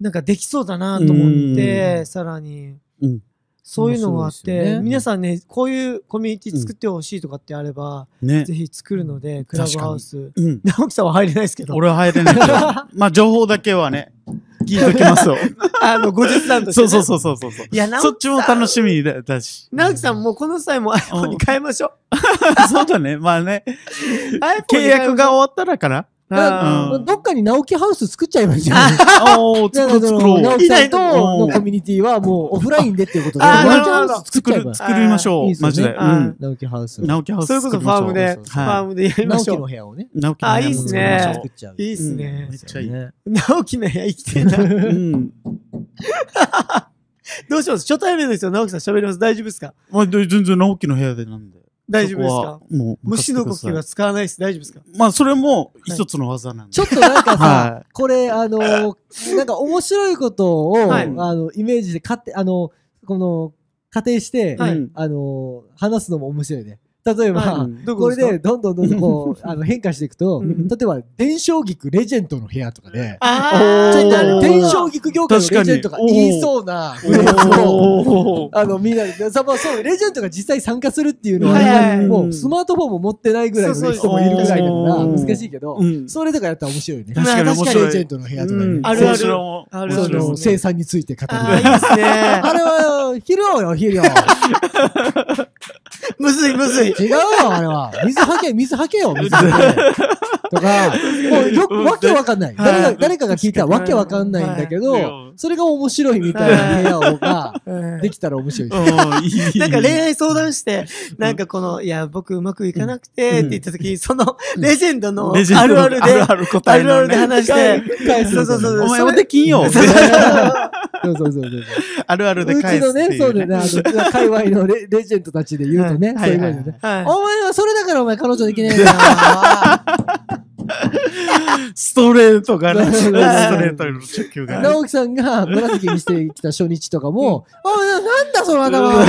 S1: なんかできそうだなと思っ
S3: う
S1: て、
S3: ん
S1: さらに
S2: うん。
S1: そういうのがあっ
S3: 面白いですよ
S1: て、
S3: ね
S1: 皆さんね、こういうコミュニティ作ってほしいとかってあれば、
S2: ね。
S1: ぜひ作るので、クラブハウス。
S2: うん。
S1: 直樹さんは入れないですけど、
S2: 俺は入れないけ ど。まあ、情報だけはね、聞いときますよ。
S1: あの、後日談として
S2: そう
S1: ね。
S2: そうそうそうそうそう。
S1: いや、直
S2: そっ
S1: 樹
S2: ちも
S1: さん。
S2: 楽、しみだだし
S1: 直樹さんもうこの際も iPhone に変えましょう。
S2: そうだね。まあね。
S1: iPhone に変えましょう
S2: 契約が終わった らから。
S3: だから
S2: うん
S3: どっかに直木ハウス作っちゃえばいいじ ゃん。
S2: おー、
S3: だ
S2: 作
S3: か
S2: ろう作
S3: らその
S2: ろ
S3: 直
S2: う。
S3: 木さんと
S2: う
S3: の
S2: ん
S3: コミュニティはもうオフラインでっていうことで、
S1: あー
S3: 直木ハウ
S1: なるほど
S3: ス作
S2: 作
S3: っちゃえ
S2: る
S3: ば、
S2: 作りましょ
S1: いういで。すね
S2: マジで。う
S1: あー
S2: ん。
S3: 直木ハウス。
S2: 直樹ハウス
S1: それこ
S2: 作
S1: そ
S2: り
S1: フ
S2: ま
S1: ァ
S2: し
S1: ームで、
S2: ょう。
S3: そうそう
S1: ファームで やりまし
S3: 直木
S1: ょ
S3: の部屋をね。
S2: ム。直樹
S1: あーいいっすね
S2: 作りましょう
S3: 作っちゃう
S1: う。。いいっすね
S2: め。っちゃいい。
S3: ね
S1: 直樹の部屋生きてんな。
S2: うん。
S1: どうします初対面の人、直樹さん喋ります。大丈夫ですか
S2: まあ、で全然直樹の部屋でなんで。
S1: 大丈夫です
S2: そこ
S1: か
S2: はもう。
S1: 虫の呼吸は。使わないです。大丈夫ですか
S2: まあ、それも一つの技なんで。
S3: ちょっとなんか
S2: は
S3: さ、これ、あの、なんか面白いことを、
S1: は
S3: あ
S1: い
S3: の、イメージで、かって、あの、この、仮定して、
S1: はい
S2: うん
S3: あの、話すのも面白いね。例えば
S1: は、
S2: い
S1: ど
S3: こ
S1: こで
S3: れ
S1: すか
S3: で、どんどんどんどんこう、あの、変化していくと、
S1: う
S3: 例
S1: ん
S3: えば、伝承菊レジェンドの部屋とかで、
S1: あ
S2: おー
S3: ちょっとあ
S1: ー
S3: の
S2: テ
S3: 伝
S2: ンショ
S3: 承菊業界のレジェンドが言いそうな、そう
S2: おー
S3: あの、みんなで、さまあそう、レジェンドが実際参加するっていうのは、
S1: はいはいはい
S3: もうスマートフォンも持ってないぐらいのね
S1: そうそう
S3: 人もいるぐらいだから、
S1: うん
S3: 難しいけど、
S2: うん
S3: それとかやったら面白いよね。
S2: 確かに面白い
S3: レジェンドの部屋とかね。
S2: うん
S1: あるある
S2: そちらも
S1: ある
S3: そ
S1: ある
S3: の、生産について語る。
S1: あーいいっすね。
S3: あれは、肥料よ、肥料。
S1: むずいむずい。
S3: 違うよ、あれは。水はけ、水はけよ、水はけ。とか、もうよく、わけわかんない。誰が、誰かが聞いたらわけわかんないんだけ
S2: は
S3: ど
S2: い、
S3: それが面白いみたいな部屋をが、
S1: うん
S3: できたら面白い。
S2: うんいい
S1: なんか恋愛相談して、なんかこの、いや、僕うまくいかなくて、って言った時に、その、レジェンドの
S2: レジェ
S1: あ
S2: ンド
S1: る
S2: の
S1: ある
S2: あ
S1: で、
S2: るある答
S1: あ
S2: え
S1: るあ
S2: の
S1: るで
S2: ね。
S1: 話して、
S3: 返す
S1: そうそうそう。
S2: お前
S1: そ
S2: は
S1: れ
S2: できんよ。
S3: そうそうそうそう。
S2: あるあるで
S3: う
S2: 返
S3: ち
S2: す
S3: の
S2: って
S3: ね、
S2: い
S3: そううだね、あの、界隈のレレジェンドたちで言うとね、
S2: は
S3: そ
S2: い
S3: ういう
S2: は
S3: の
S2: い
S3: でね。
S1: は
S3: お前はそれだからお前彼女できねえんだよ。あ
S2: ストレー トがね、
S3: そうそ
S2: スト
S3: う
S2: レートの直球
S3: ー
S2: がね。
S3: 直樹さんが紫にしてきた初日とかも、お前なんだその頭は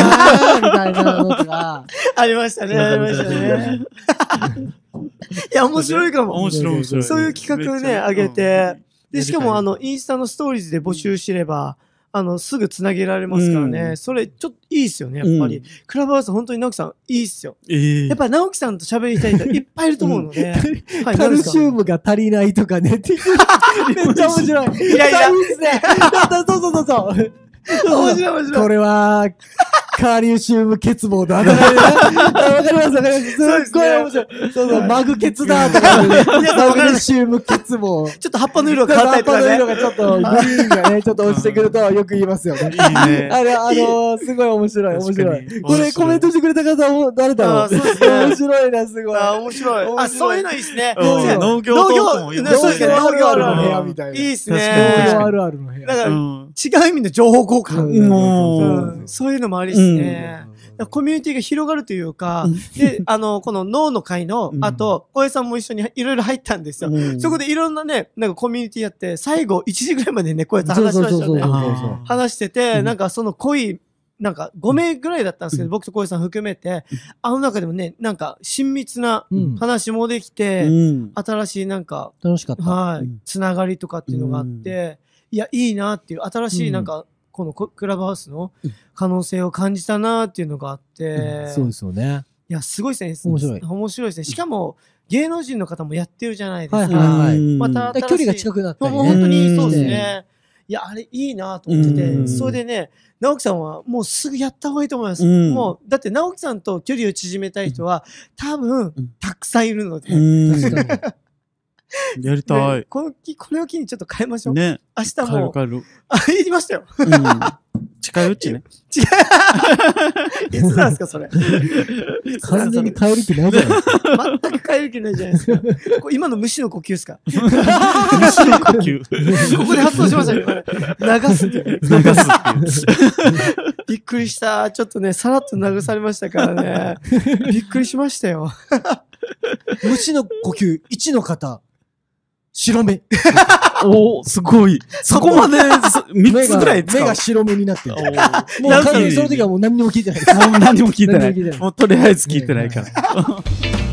S3: みたいなのとか。
S1: い。ありましたね、ありましたね。 いや、面白いかも。
S2: 面白い面白い。
S1: そういう企画をね
S2: めっちゃ
S1: 上げて。
S2: うん
S1: で、しかもあの、インスタのストーリーズで募集してれば、あの、すぐつなげられますからね。
S2: うん
S1: それ、ちょっといいっすよね、やっぱり。
S2: うん
S1: クラブハウス、本当に直樹さん、いいっすよ。
S2: ええ
S1: やっぱ直樹さんと喋りたい人 いっぱいいると思うので。はい、
S3: カ
S1: 何で
S3: ル
S1: すか
S3: シウムが足りないとかねっていう。 めっちゃ面白い。
S1: イライラ
S3: いいっすね。そうそうそうそう。
S1: 面白い面白
S3: こ
S1: い。
S3: れは、カリウシウム欠乏だ。あわかりますわか
S1: そ
S3: ります。
S1: うで
S3: すっ
S1: すね
S3: ごい面白い。そうそう、マグ欠だと
S1: いや
S3: か、
S1: わか
S3: マ
S1: る
S3: グネシウム欠乏。
S1: ちょっと葉っぱの色が変わったりと
S3: 葉っぱの色
S1: かね。
S3: がちょっと、グリーンがね、ちょっと落ちてくるとよく言いますよね。
S2: いいね。
S3: あれ、あのー、すごい面白い、面白
S2: 確かに
S3: い。これコメントしてくれた方も、誰だろ
S1: あ
S3: う
S1: ーそうですね
S3: 面白いな、すごい。
S1: あー、面白い。
S3: 面白い
S1: あ、そういうのいいっすね。
S2: うん
S1: そうや
S2: 農業
S1: 農業
S2: トークもいいね
S1: うんそうですね農業ある
S2: ある
S3: の
S1: あ
S3: 部
S1: る。
S3: 屋みたいな。
S1: いいっす
S2: 確か
S3: 農
S1: ね
S3: 業。
S2: に
S3: あるあるの部屋。
S1: だから、
S2: う
S1: 違
S2: ん。
S1: う意味の情報交換。
S2: も
S1: う
S2: うん
S1: そういうのもありっすね。だからコミュニティが広がるというか、で、あの、この脳の会の
S2: う、ん
S1: あと、小江さんも一緒にいろいろ入ったんですよ。そこ
S2: で、
S1: でいろんなね、なんかコミュニティやって、最後1時ぐらいまでね、こうやって
S3: そう
S1: 話し
S3: そう
S1: ま
S3: そ
S1: し
S3: う
S1: た
S3: そう
S1: よ
S3: そう
S1: ね。
S3: そう。
S1: 話してて、
S2: うん
S1: なんかその濃い、なんか5名ぐらいだったんですけど、
S2: うん
S1: 僕と小江さん含めて、あの中でもね、なんか親密な
S3: うん
S1: 話もできて、
S2: うん。
S1: 新しいなんか、
S3: 楽しかった。
S1: はい、
S2: うん
S1: つながりとかっていうのがあって、いや、いいなっていう、新しいなんか、このこクラブハウスの
S2: うん
S1: 可能性を感じたなっていうのがあって、
S3: そうですよね。
S1: いや、すごいですね。
S3: 面白い
S1: 面白いですね。しかも、芸能人の方もやってるじゃないですか。
S3: はいはいはい
S1: また
S3: だから距離が近くなったり
S1: もう
S2: ほん
S1: 本
S3: ね。
S1: 当に
S2: うん
S1: そうですね。いや、あれいいなと思って
S2: う
S1: て、
S2: ん
S1: それでね、直樹さんはもうすぐやった方がいいと思います。
S2: うん
S1: もう、だって直樹さんと距離を縮めたい人は、多分
S2: うん、
S1: たくさんいるので。
S2: うん。
S3: 確かに。
S2: やりた
S1: ね
S2: い。
S1: このきこれを機にちょっと変えましょう。
S2: ね。
S1: 明日
S2: 帰る
S1: も、
S2: 帰る。
S1: あ、言いましたよ。
S2: うん。近い うちね。
S1: いつなんですか、そ れ。
S3: 完全に帰り気ないじゃないですか。
S1: 全く変える気ないじゃないですか。これ今の虫の呼吸ですか。こ
S2: 虫の呼吸。
S1: こで発動しましたよ、今ね流すっていう。
S2: 流すっていう。
S1: びっくりした。ちょっとね、さらっと流されましたからね。びっくりしましたよ。
S3: 虫の呼吸、1の方、白目。
S2: おーすごい。そこまで、3つぐ らい
S3: 目が目が
S2: 使
S3: 白目になってる
S2: う。。お
S3: もう
S2: なんか
S3: 完全にその時はもう何にも聞いてないです。
S2: ーもう 何も聞いてな
S3: 何も聞いてない
S2: い。もうとりあえず聞いてないから。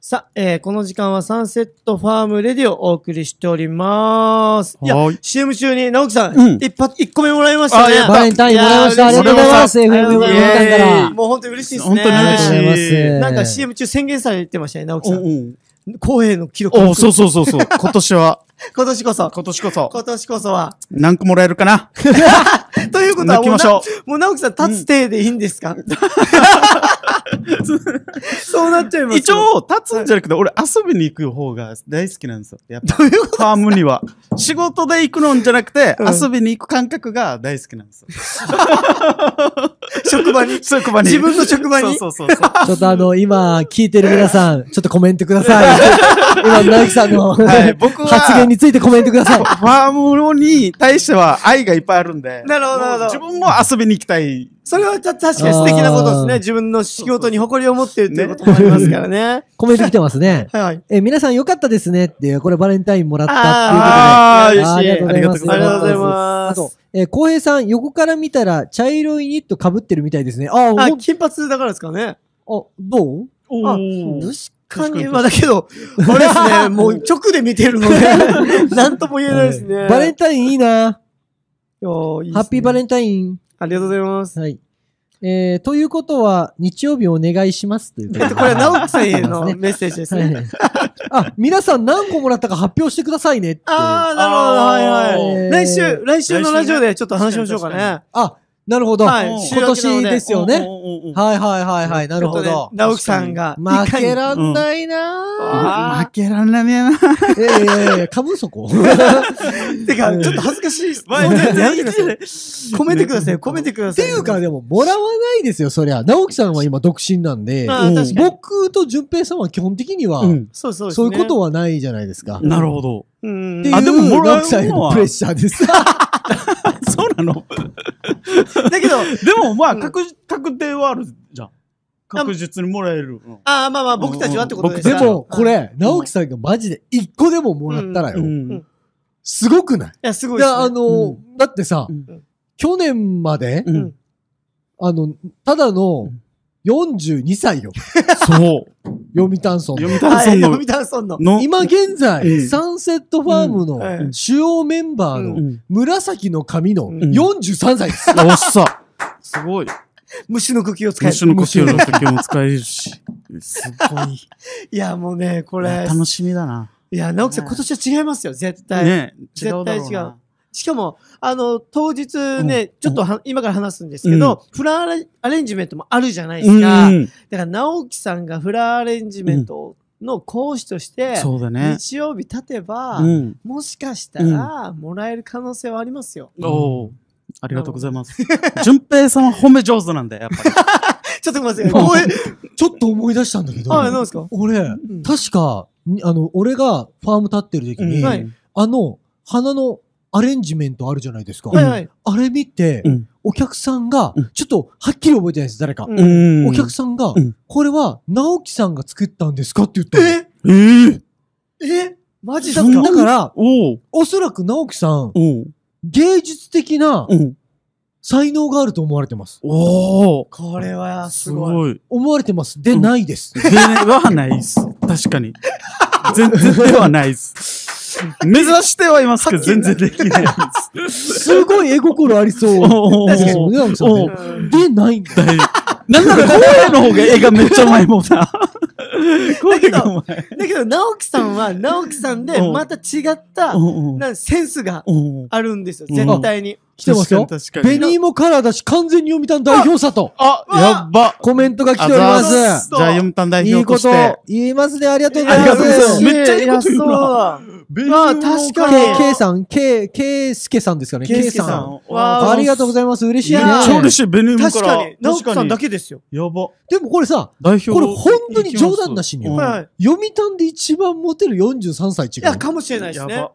S1: さあ、えーこの時間はサンセットファームレディオをお送りしております。いや、
S2: はーい
S1: CM 中に直樹さん、
S2: うん
S1: 一発、一個目もらいましたね。
S2: あやった
S3: バレンタインもらいました。あり
S1: や
S3: がとうございます。
S1: ありがとう
S3: FM
S1: ご
S3: の
S1: ざい
S3: 皆
S1: ます
S3: さんから。あ
S1: もう本当に嬉しいです
S2: 本
S1: ね。
S2: 当に
S3: りがとうございま
S2: 嬉しい
S3: す。
S1: なんか CM 中宣言されてましたね、直樹
S2: お
S1: さん。
S2: ー
S1: 公平の記録。
S2: おーそうそうそうそう。今年は、
S1: 今年こそ。
S2: 今年こそ、
S1: 今年こそは。
S2: 何個もらえるかな
S1: ということは
S2: 抜き
S1: もう
S2: まし
S1: な、
S2: ょ。
S1: もう直樹さん立つ手でいいんですか、 そうなっちゃいうます。
S2: 一、応、立つんじゃなくて、俺遊びに行く方が大好きなんですよ。やっぱ
S1: どういうこと
S2: ファームには。仕事で行くのんじゃなくて、
S1: うん
S2: 遊びに行く感覚が大好きなんですよ。
S1: 職場に。
S2: 職場に。
S1: 自分の職場に。
S2: そうそうそうそう。
S3: ちょっとあの、今、聞いてる皆さん、ちょっとコメントください。 今、直樹さんの
S2: はい、
S3: 発
S2: 僕は、
S3: 言についてコメントください。
S2: ファームに対しては愛がいっぱいあるんで。
S1: なるほどなるほど
S2: 自分も遊びに行きたい。
S1: それはた確かに素敵なことです
S3: あ
S1: ね。
S3: ー
S1: 自分の仕事に誇りを持っているということもありますからね。
S3: コメント来てますね。
S1: はいはい。
S3: え、皆さんよかったですねっていう、これバレンタインもらったっ
S1: あ
S3: ていう
S1: ー
S3: こ
S1: あー嬉
S3: とで。あ
S1: しい。
S3: りがとうございます。
S1: ありがとうござい
S3: あ
S1: ます。
S3: と、えー、浩平さん、横から見たら、茶色いニット被ってるみたいですね。あ
S1: あ
S3: ー、ほんあ、
S1: 金髪だからですかね。
S3: どう
S2: おー
S1: 確かに、まあだけど、あれですね、もう直で見てるので、なんとも言えないですね。
S3: バレンタインいいな。ハ
S1: ハ
S3: ッピーバ
S1: ン。
S3: レンタイン。
S1: ありがとうございます。
S3: はい。えー、ということは、日曜日お願いしますというこ
S1: えっと、これは直樹さんへのメッセージです
S3: とで
S1: ね。
S3: はい。あ、皆さん何個もらったか発表してくださいねっていう。
S1: あー、なるほど、はいはい。
S3: えー
S1: 来週、来週のラジオでちょっと話しましょうか
S2: 来週
S1: ね。
S3: あ、なるほど。
S1: はい
S3: 今
S2: 週明
S1: けなの
S3: 年
S1: で
S3: ですよね。
S2: おーおーおー
S3: はいはいはいはい。なるほ
S1: ちょっ
S3: ど
S1: と。ね直樹さんが、い
S3: 負
S1: かに
S3: けらんないなぁ。
S1: あ
S2: 負けられないな。
S3: いやいやいや、かぶ そこ。
S1: ーてか、ちょっと恥ずかしいです。
S2: 前全
S1: や
S2: 然
S1: めて
S2: いい
S1: くだ
S2: で
S1: さ
S2: す
S1: い
S2: よ。
S1: 込めてください、込めてくだ
S3: って
S1: さい。
S3: いうか、でも、もらわないですよ、そりゃ。直樹さんは今、独身なんで、
S1: あー、確かに。
S3: 僕と淳平さんは基本的には、
S2: うん
S1: そうそうです
S3: そ
S1: ね
S3: ういうことはないじゃないですか。
S2: なるほど。
S1: うん
S3: ってい
S2: あ
S3: う、
S2: でももらうのは
S3: 直樹さんへのプレッシャーです。
S2: そうなの
S1: だけど、
S2: でもまあ、
S1: うん
S2: 確実、確定はあるじゃん。確実にもらえる。うん
S1: ああ、まあまあ、僕たちはってことです
S3: で
S1: から
S3: も、こ、
S1: い
S3: れ、直樹さんがマジで一個でももらったら
S2: う
S3: よ、
S2: ん
S3: すごくない
S1: や、すごい
S3: い
S1: です
S3: や、あ
S1: ね。
S3: の
S2: う、
S3: だってさ
S2: う、
S3: 去年まで
S2: う、ん
S1: うん
S3: あの、ただの
S2: ん、
S3: 42歳よ。
S2: そう。
S3: 読谷村の。
S2: 読
S1: はい、
S2: 谷村の
S1: 読谷村の。
S2: の、
S3: 今現在、
S2: うん
S3: サンセットファーム
S1: う
S3: の
S1: ん
S3: 主要メンバーの
S2: うん
S3: 紫の髪の
S1: うん
S3: 43歳です。
S2: おっさ。すごい。
S1: 虫の茎を使え
S2: 一緒の呼吸の
S1: る。
S2: 時も使えるし。すごい。
S1: いや、もうね、これ。
S2: 楽しみだな。
S1: いや、直樹さん、
S2: ね
S1: 今年は違いますよ、絶対。
S2: ね違
S1: 絶対
S2: うだろうな。
S1: しかも、あの、当日ね、ちょっとは今から話すんですけ
S2: うん
S1: ど、フラーアレンジメントもあるじゃないで
S2: う
S1: す
S2: ん
S1: か。
S2: うん。
S1: だから、直樹さんがフラーアレンジメントの講師として、
S2: そうだね。
S1: 日曜日経てば、
S2: うん。
S1: もしかしたら、もらえる可能性はありますよ。
S2: おーありがとうございます。淳平さんは褒め上手なんだよ、やっぱり。
S1: ちょっとごめんなさい。こういう
S3: ちょっと思い出したんだけど、
S1: あ、何ですか
S3: 俺、
S1: ん
S3: 確か、にあの、俺がファーム立ってる時 に、
S1: うんはい
S3: あの、花のアレンジメントあるじゃないですか。
S1: はいはい。
S3: あれ見て、
S2: うん
S3: お客さんが、
S2: うん
S3: ちょっとはっきり覚えてないです、誰か。
S1: うん
S2: うん
S3: お客さんが、
S2: うん
S3: これは直樹さんが作ったんですかって言ったの
S1: え
S2: ん。ええ
S1: えマジで
S2: そん
S1: す
S2: な
S1: か
S3: だから、
S2: おう
S3: おそらく直樹さん、
S2: おう
S3: 芸術的な
S2: うん。
S3: 才能があると思われてます。
S2: おお
S1: これはす
S2: す
S1: ごい。
S2: ごい。
S3: 思われてます。で、
S2: うん
S3: ないです。
S2: ではないっす。確かに。全然ではないっす。目指してはいますけど、全然できないっ す。
S3: すごい絵心ありそう。
S2: お
S3: です
S2: ー
S3: よね、直樹さん
S2: お
S3: ね
S2: う。
S1: うん
S3: で、ないんだ。
S2: だいなんなら、声の方が絵がめっちゃうまいもんな。声がうまい。
S1: だけど、直樹さんは、直樹さんで、
S2: うん
S1: また違った、
S2: うんうん
S1: なんセンスが
S2: うん
S1: あるんですよ、
S2: うん
S1: 絶対に。
S3: 来てますよ。
S2: 確かに確か
S3: ベ
S2: に
S3: ニーもカラーだし、完全に読谷代表者と、
S2: あ、
S1: わ
S2: やっば。
S3: コメントが来
S2: あ
S3: ておりま
S1: ざっす
S3: す。
S2: じゃあ、読谷代
S3: いい
S2: 表
S3: ことと
S2: して。
S3: 言いますね。ありがとうご
S2: あ
S3: ざ
S2: りが
S3: い
S2: とう
S3: ま
S2: ございます
S3: す。
S2: めっちゃいいこと言うな
S1: な。
S2: ベ
S1: あー確かに
S3: K, K さん、K、K すけさんですかね。
S1: K
S3: K
S1: すけ
S3: さ
S1: さ
S3: ん。
S1: んわ
S3: ありがとうご
S2: ざい
S3: ざいます。嬉しいね。
S1: いや
S2: めっちゃ嬉しい、ベニーム
S1: 確
S2: か。
S1: からに、直樹さんだけですよ。
S2: やば。
S3: でもこれさ、
S2: 代表
S3: これ本当に冗談なしに
S2: うん
S1: はい。い
S3: 読谷で一番モテる43歳違う。
S1: や、かもしれないですね。
S2: やば。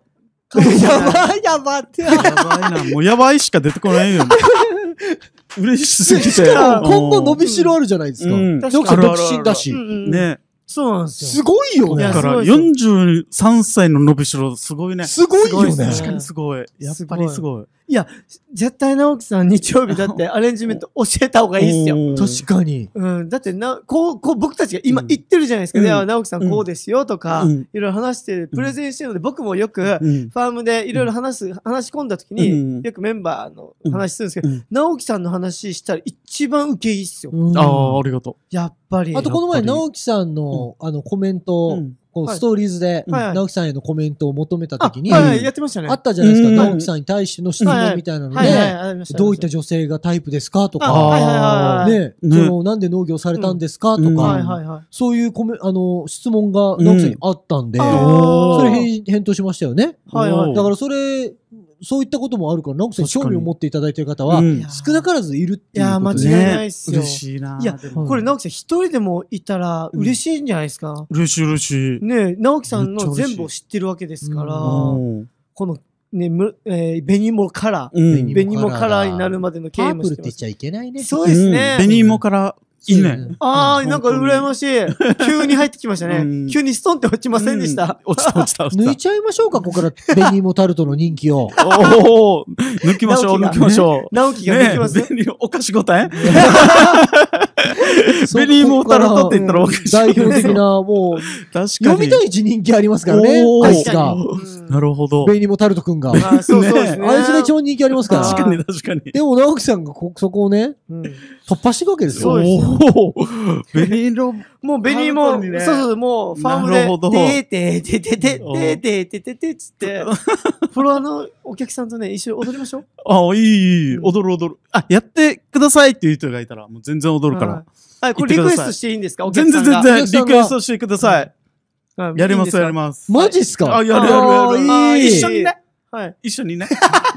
S1: かもしれない
S3: やばいやばいって。
S2: やば いな。もうやばいしか出てこな いよ。嬉しすぎて。
S3: しかも今後伸びしろあるじゃないですか。
S2: うん
S3: 読者
S1: ある
S3: 独身だし
S1: うん。うんうん
S2: ね
S1: そうなんですよ。
S3: すごいよ
S1: いや
S2: だ
S3: ね。
S2: から
S1: すごいで
S2: 43歳の伸びしろすごいね。
S3: すごいよ
S1: すごい
S3: ね
S1: で。す
S2: 確かにすごい。やっぱりすごい。
S1: いや、絶対直樹さん日曜日だってアレンジメント教えた方がいいですよ。
S2: おー
S3: 確かに。
S1: うん、だってな、こう、こう、僕たちが今
S2: うん
S1: 言ってるじゃないですか。
S2: うん
S1: では、直樹さんこうですよとか、
S2: うん
S1: いろいろ話して、プレゼンしてるので、僕もよく、フ
S2: うん
S1: ァームでいろいろ話す、話し込んだ時に、
S2: うん
S1: よくメンバーの話するんですけど、
S2: うん
S1: 直樹さんの話したら一番受けいいっすよ。
S3: うん
S2: ああ、ありがと
S1: やっぱり。
S3: あとこの
S2: やっぱ
S3: 前、
S2: り
S3: 直樹さんの、あの、コメント
S2: う。
S3: を、こう
S1: はい
S3: ストーリーズで、
S1: はいはい
S3: 直樹さんへのコメントを求めた
S1: あ
S3: 時に、
S1: はいは
S3: あ
S1: い、やってましたね。
S3: ったじゃないですか、
S2: うん
S3: 直樹さんに対しての質問みたいなの
S1: はいはい、
S3: で、
S1: ありました
S3: どういった女性がタイプですかと
S1: あ
S3: か、
S1: はいはいはいはい
S3: ね、そ
S2: ね
S3: の、なんで農業されたんですかと
S2: うん
S1: はい
S3: か、
S1: はいはい。
S3: そういうコメ、あの、質問が直樹さんにあったんで、
S1: うん
S2: おー
S3: それ返返答しましたよね。
S1: はいはい
S3: だからそれ、そういったこともあるから、直樹さんに
S2: 確かに
S3: 興味を持っていただいてる方
S2: う
S3: は、
S2: ん
S3: 少なからずいるっていうこと
S1: ら
S3: で。
S1: いやー間違いないっすよ
S2: ね嬉しいな。
S1: いや
S2: でも
S1: これ、直樹さん一人でもいたら嬉しいんじゃないですか。
S2: 嬉しい嬉しい。
S1: ねえ、直樹さん
S2: めっちゃ
S1: の
S2: 嬉しい
S1: 全部を知ってるわけですから、
S3: う
S2: うん
S1: この、ね、む、えー、紅もカラ
S2: う
S1: ー、
S2: ん
S1: 紅もカラーになるまでの経
S3: パ
S1: 緯
S3: ー
S1: も
S3: プ
S1: 知
S3: ル
S1: っ
S3: って
S1: てま
S3: 言っ
S1: す。
S3: ちゃいけないね。
S1: そうですね。
S2: ベニーモからいいね。
S1: あ
S2: う
S1: あ、
S2: ん
S1: なんか羨まし い。急に入ってきました
S2: う
S1: ね
S2: ん。
S1: 急にストンって落ちませんでした。
S2: うん落ちた落ちた落ち
S3: 抜
S2: た
S3: い。ちゃいましょうか、ここから、ベニーモタルトの人気を。
S2: おお抜きましょう、
S1: 直樹
S2: 抜き
S1: が
S2: ましょう。
S1: 直樹ができますね
S2: ね。えベニーお菓子答え ベニーモータルトって言ったらおかしい。
S3: 代表的 な、も
S2: 確
S3: う、
S2: かに。
S3: 読みたい一人気ありますからね、
S2: おー
S3: あいつが。
S1: うん
S2: なるほど。
S3: ベニーモタルトくんが。
S1: あーそうそうですね。
S3: あいつが一番人気ありますか
S1: 確
S2: 確か
S3: ら。
S2: に確かに。
S3: でも、直樹さんがこそこをね、
S1: うん
S3: 突破していくわけです
S1: そう
S3: よ。
S1: ですよ
S2: おーベニーロ、
S1: もう紅も、
S2: ハードにね
S1: そうそう、もうファーム
S2: なるほど
S1: で、でーてーてーて
S2: お
S1: ー
S2: ー
S1: てーてーてーてーてーつって、フォロワーのお客さんとね、一緒に踊りましょう。
S2: あ、いい、いい、
S1: うん
S2: 踊る踊る。あ、やってくださいっていう人がいたら、もう全然踊るか
S1: はい
S2: ら。。
S1: はい、これリクエストしていいんですかお
S2: 全
S1: 客さ
S2: 然
S1: んが
S2: 全然、
S3: お客さん
S2: リ
S3: が
S2: クエストしてください。
S1: はい
S2: やりま
S1: いいんですすか
S2: やります。
S3: マジっすか
S2: あ、やるやるやる。
S3: あーいい
S2: あ一緒にね。
S1: はい。
S2: 一緒にね。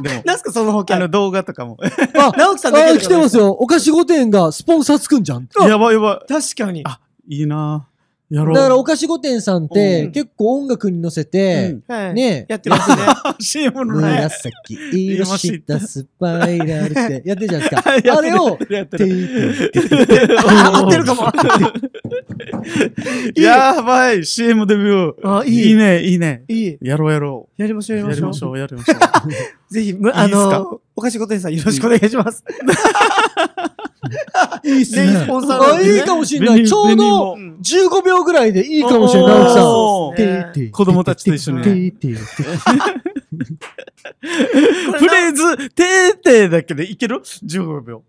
S2: でも、
S1: なんすか、その保
S2: あ
S1: 険
S2: の。動画とかも。
S3: あ、
S1: 直樹さんだけ
S3: あ
S1: だ
S3: 来てます
S1: よ。
S3: よ。お菓子御殿がスポンサーつくんじゃん。
S1: あ
S2: やばいやば
S1: 確かに
S2: あ。い。いいなぁやろう。
S3: だから、お菓子御殿さんっ
S1: う
S3: て、
S1: ん
S3: 結構音楽に乗せ
S2: う
S3: て
S2: ん、
S1: はい
S3: ね
S1: やってますね。
S2: あ CM のね。
S3: 紫色したスパイラルってやってるじゃないです
S2: やってる
S3: か。あれを、
S2: やって
S3: て
S2: る
S3: いてい
S1: あ合
S2: 合
S1: ってるかも。
S2: やばい !CM デビュー
S1: あいい
S2: いいね、いいね。
S1: いい。
S2: やろうやろ
S1: やりましょう、
S2: う。
S1: や
S2: や
S1: りま
S2: り
S1: しょう
S2: まし。ょう、やりましょう。
S1: ぜひ、む
S2: すか
S1: あの、お菓子ごとにさんよろしくお願いします。
S3: いいっす
S1: レインスポンサーなん
S3: あ、
S1: でね
S3: いいかもしれない。
S2: 紅
S3: ちょうど
S1: 紅も
S3: 15秒ぐらいでいいかもしれない、
S1: おー
S3: 直樹さん。
S2: そう
S1: ですね
S3: てぃてぃ
S2: 子供たちと一緒に
S3: てぃてぃてぃ
S2: フレーズ、てーてーだけでいける ?15 秒。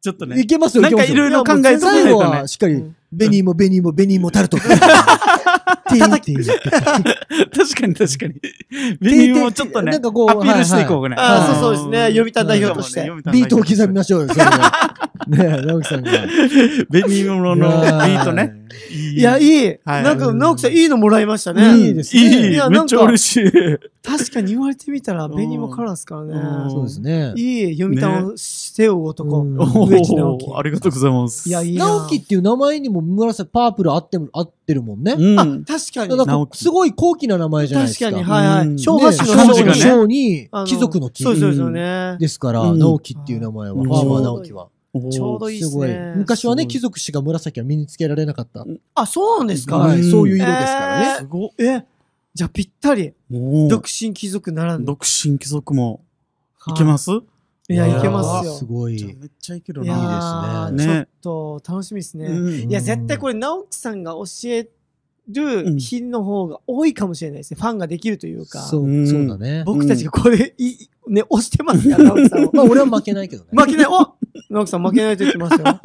S2: ちょっとね
S3: い。けますよ、
S2: なんか
S3: いけますよ
S2: いろいろ考えとかないとね
S3: 最後はしっか
S1: う
S3: り
S1: ん、
S3: ベニーもベニーもベニーもタルト。てぃてぃ
S2: 確かに確かに。メニューもちょっとね、ア
S3: な
S2: ピ
S3: んかこう
S2: ールしていこうかね。
S1: はいはいあー
S2: ん
S1: そうそうですね読谷代表として
S2: 読谷代
S3: ビ
S2: 表
S3: ートを
S2: として
S3: 刻みましょうよ、それでねえ、直樹さんが。
S2: ベニーモのビートね。
S1: いや、い
S2: い。
S1: い。
S2: はい
S1: なんか、直樹さん、いいのもらいましたね。
S3: うんいいですね
S2: いい
S1: や
S2: め
S1: な
S2: っ
S1: ん
S2: ちゃ
S1: か
S2: 嬉しい。
S1: 確かに言われてみたら、
S2: うん
S1: 紅もカラーですから
S2: うん
S1: ね。
S3: そうですね。
S1: いい読谷をしてよ、男。
S3: ね
S2: お
S1: 植木直樹
S2: ーありがとうございます。
S1: いや、いいな。
S3: 直樹っていう名前にも紫、パープル合っても合ってるもんね。
S2: う
S1: あ
S2: ん。
S1: 確か
S3: だか
S1: に。
S3: ら
S2: 直樹
S3: すごい高貴な名前じゃないで
S1: 確
S3: すか。
S1: かに、はいは
S2: う
S1: い。
S2: ん
S1: 昭和史
S2: ね
S1: の
S3: 漢
S1: 昭和
S3: 字が
S2: ね
S1: ね。
S3: 章に
S1: あの
S3: 貴族の貴
S1: そうですよね。
S3: ですから、
S2: うん
S3: 直樹っていう名前は、
S2: うん
S3: ファーマー直樹は。
S1: ちょうどいいです
S3: すごい
S1: ね。。
S3: 昔は
S2: す
S3: ね、
S2: ごい
S3: 貴族しか紫は身につけられなかった。
S1: あ、そうなんですか
S3: は
S2: う
S3: い、
S2: ん
S3: そういう色ですからね。
S2: すごっ。
S1: え、じゃあぴったり。
S2: おー
S1: 独身貴族ならぬ。
S2: 独身貴族もいけます
S1: いや、いけま
S3: わあ
S1: すよ
S3: す。ごい。
S2: めっちゃいける
S1: いや
S2: な。
S1: ー
S3: いい
S2: ですね
S1: ちょっと楽しみですね。
S2: うん
S1: いや、絶対これ、直樹さんが教える日の方が多いかもしれないですね。ファンができるというか。
S3: そうう、
S2: ん
S3: そうだね。
S1: 僕たちがこれ、いね、押してますから、直樹 さんを。
S3: まあ、俺は負けないけどね。
S1: 負けない、お直樹さん負けないと言って ますよ。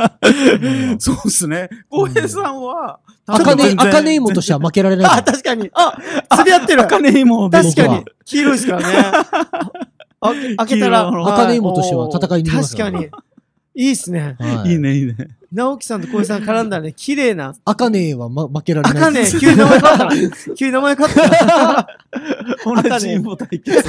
S2: そうですね。浩平さんは、
S3: あかね、あかね芋としては負けられない
S1: あ、
S3: から。
S1: 確かに。あ、釣り合ってる。
S2: あかね芋で
S1: 確
S2: 僕
S1: かに
S2: は。
S1: 黄色いです からね。あ開けたら、
S2: 黄色
S1: はい
S3: あかね芋としては戦いに出ます
S1: 確か
S3: よ
S1: に。いいっすね。
S3: はい
S2: いね、いいね。
S1: 直樹さんと小林さん絡んだらね、綺麗 な。
S3: あかねは、ま、負けられ
S1: あ
S3: な
S1: か
S3: いで
S1: ね
S3: す。、
S1: 急に名前変わったな。急に名前変わった
S2: 同じ芋対決。 ね。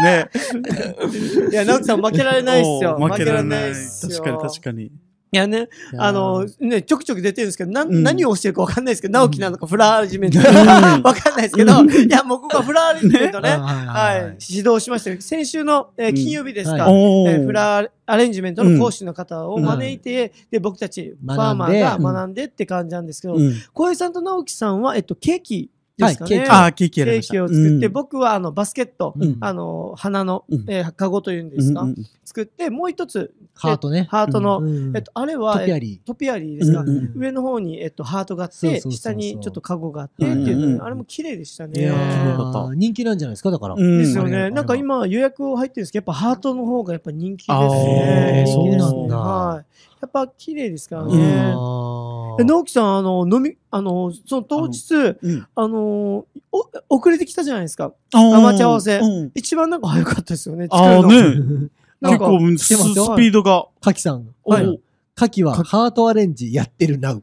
S1: な。いや、直樹さん負けられ ないっすよ。
S2: おー負けられない。
S1: っすよ
S2: 確かに、確かに。
S1: いやね、あの、ね、ちょくちょく出てるんですけど、な、
S2: うん
S1: ん、何をしてるかわかんないですけど、直樹なのかフラージメント
S2: う
S1: なのか、
S2: ん
S1: わかんないですけど、いや、もうここはフラージメント
S3: いや
S1: ね
S3: ー、は
S1: はいい
S3: はいはい、
S1: 指導しましたけど、先週の、えー
S2: うん
S1: 金曜日です
S3: は
S1: か、
S3: い
S2: お
S1: えー
S2: ー
S1: フラーアレンジメントの講師の方を招いて、で、僕たち、ファーマーが
S3: 学んで
S1: 学んでって感じなんですけど、
S2: うん
S1: 小平さんと直樹さんは、えっと、ケーキですかね。
S3: はいケーキ
S2: あー、ケーキ
S1: ケ
S2: やりま
S1: ー
S2: した。
S1: キを作って、
S2: うん、
S1: 僕は、あの、バスケット、
S3: うん
S1: あの、花の
S2: うん、
S1: えー、カゴというんですか、
S2: うんうん
S1: 作って、もう一つ、
S3: ハートね。
S1: ハートの、
S3: うん
S1: えっと、あれ
S3: ト
S1: は、え
S3: ピア
S1: ー
S3: リ
S1: トピアリー
S2: う
S1: です
S2: ん
S1: か、
S2: うん
S1: 上の方に、えっと、ハートがあっ
S3: そうそう
S1: て、
S3: そうそう
S1: 下にちょっとカゴがあってっていう
S2: うんうんう
S1: の
S2: ん
S1: で、あれも綺麗でした
S3: ー。
S1: ね。
S3: いや
S2: よかっ
S3: ー
S2: た
S3: 人気なんじゃないですか、だから。
S2: うん
S1: ですよ
S3: あれはあれ
S1: ね。
S3: は
S1: なんか今予約を入ってるんですけど、やっぱハートの方がやっぱ人気です
S2: あ
S1: ね。
S2: ー
S1: 人気ですね
S3: そうなんだ
S1: はい。やっぱ綺麗ですから
S2: う
S1: ね。
S2: ん
S3: あ
S1: え
S3: ー
S1: 直樹さん、あの、飲み、あの、その当日、
S2: うん
S1: あの、お遅れてきたじゃないですか。
S2: あー
S1: 待ち合わせ
S2: うん
S1: 一番なんか早かったですよね。作
S2: あ
S1: る
S2: あ
S1: の。
S2: ね。
S1: な
S2: 結
S1: んか
S2: 構、ス
S3: てます
S2: ス
S3: よ
S2: ピードが。
S3: カキさん。
S1: はい
S2: おー
S3: カキはハートアレンジやっ てるなう。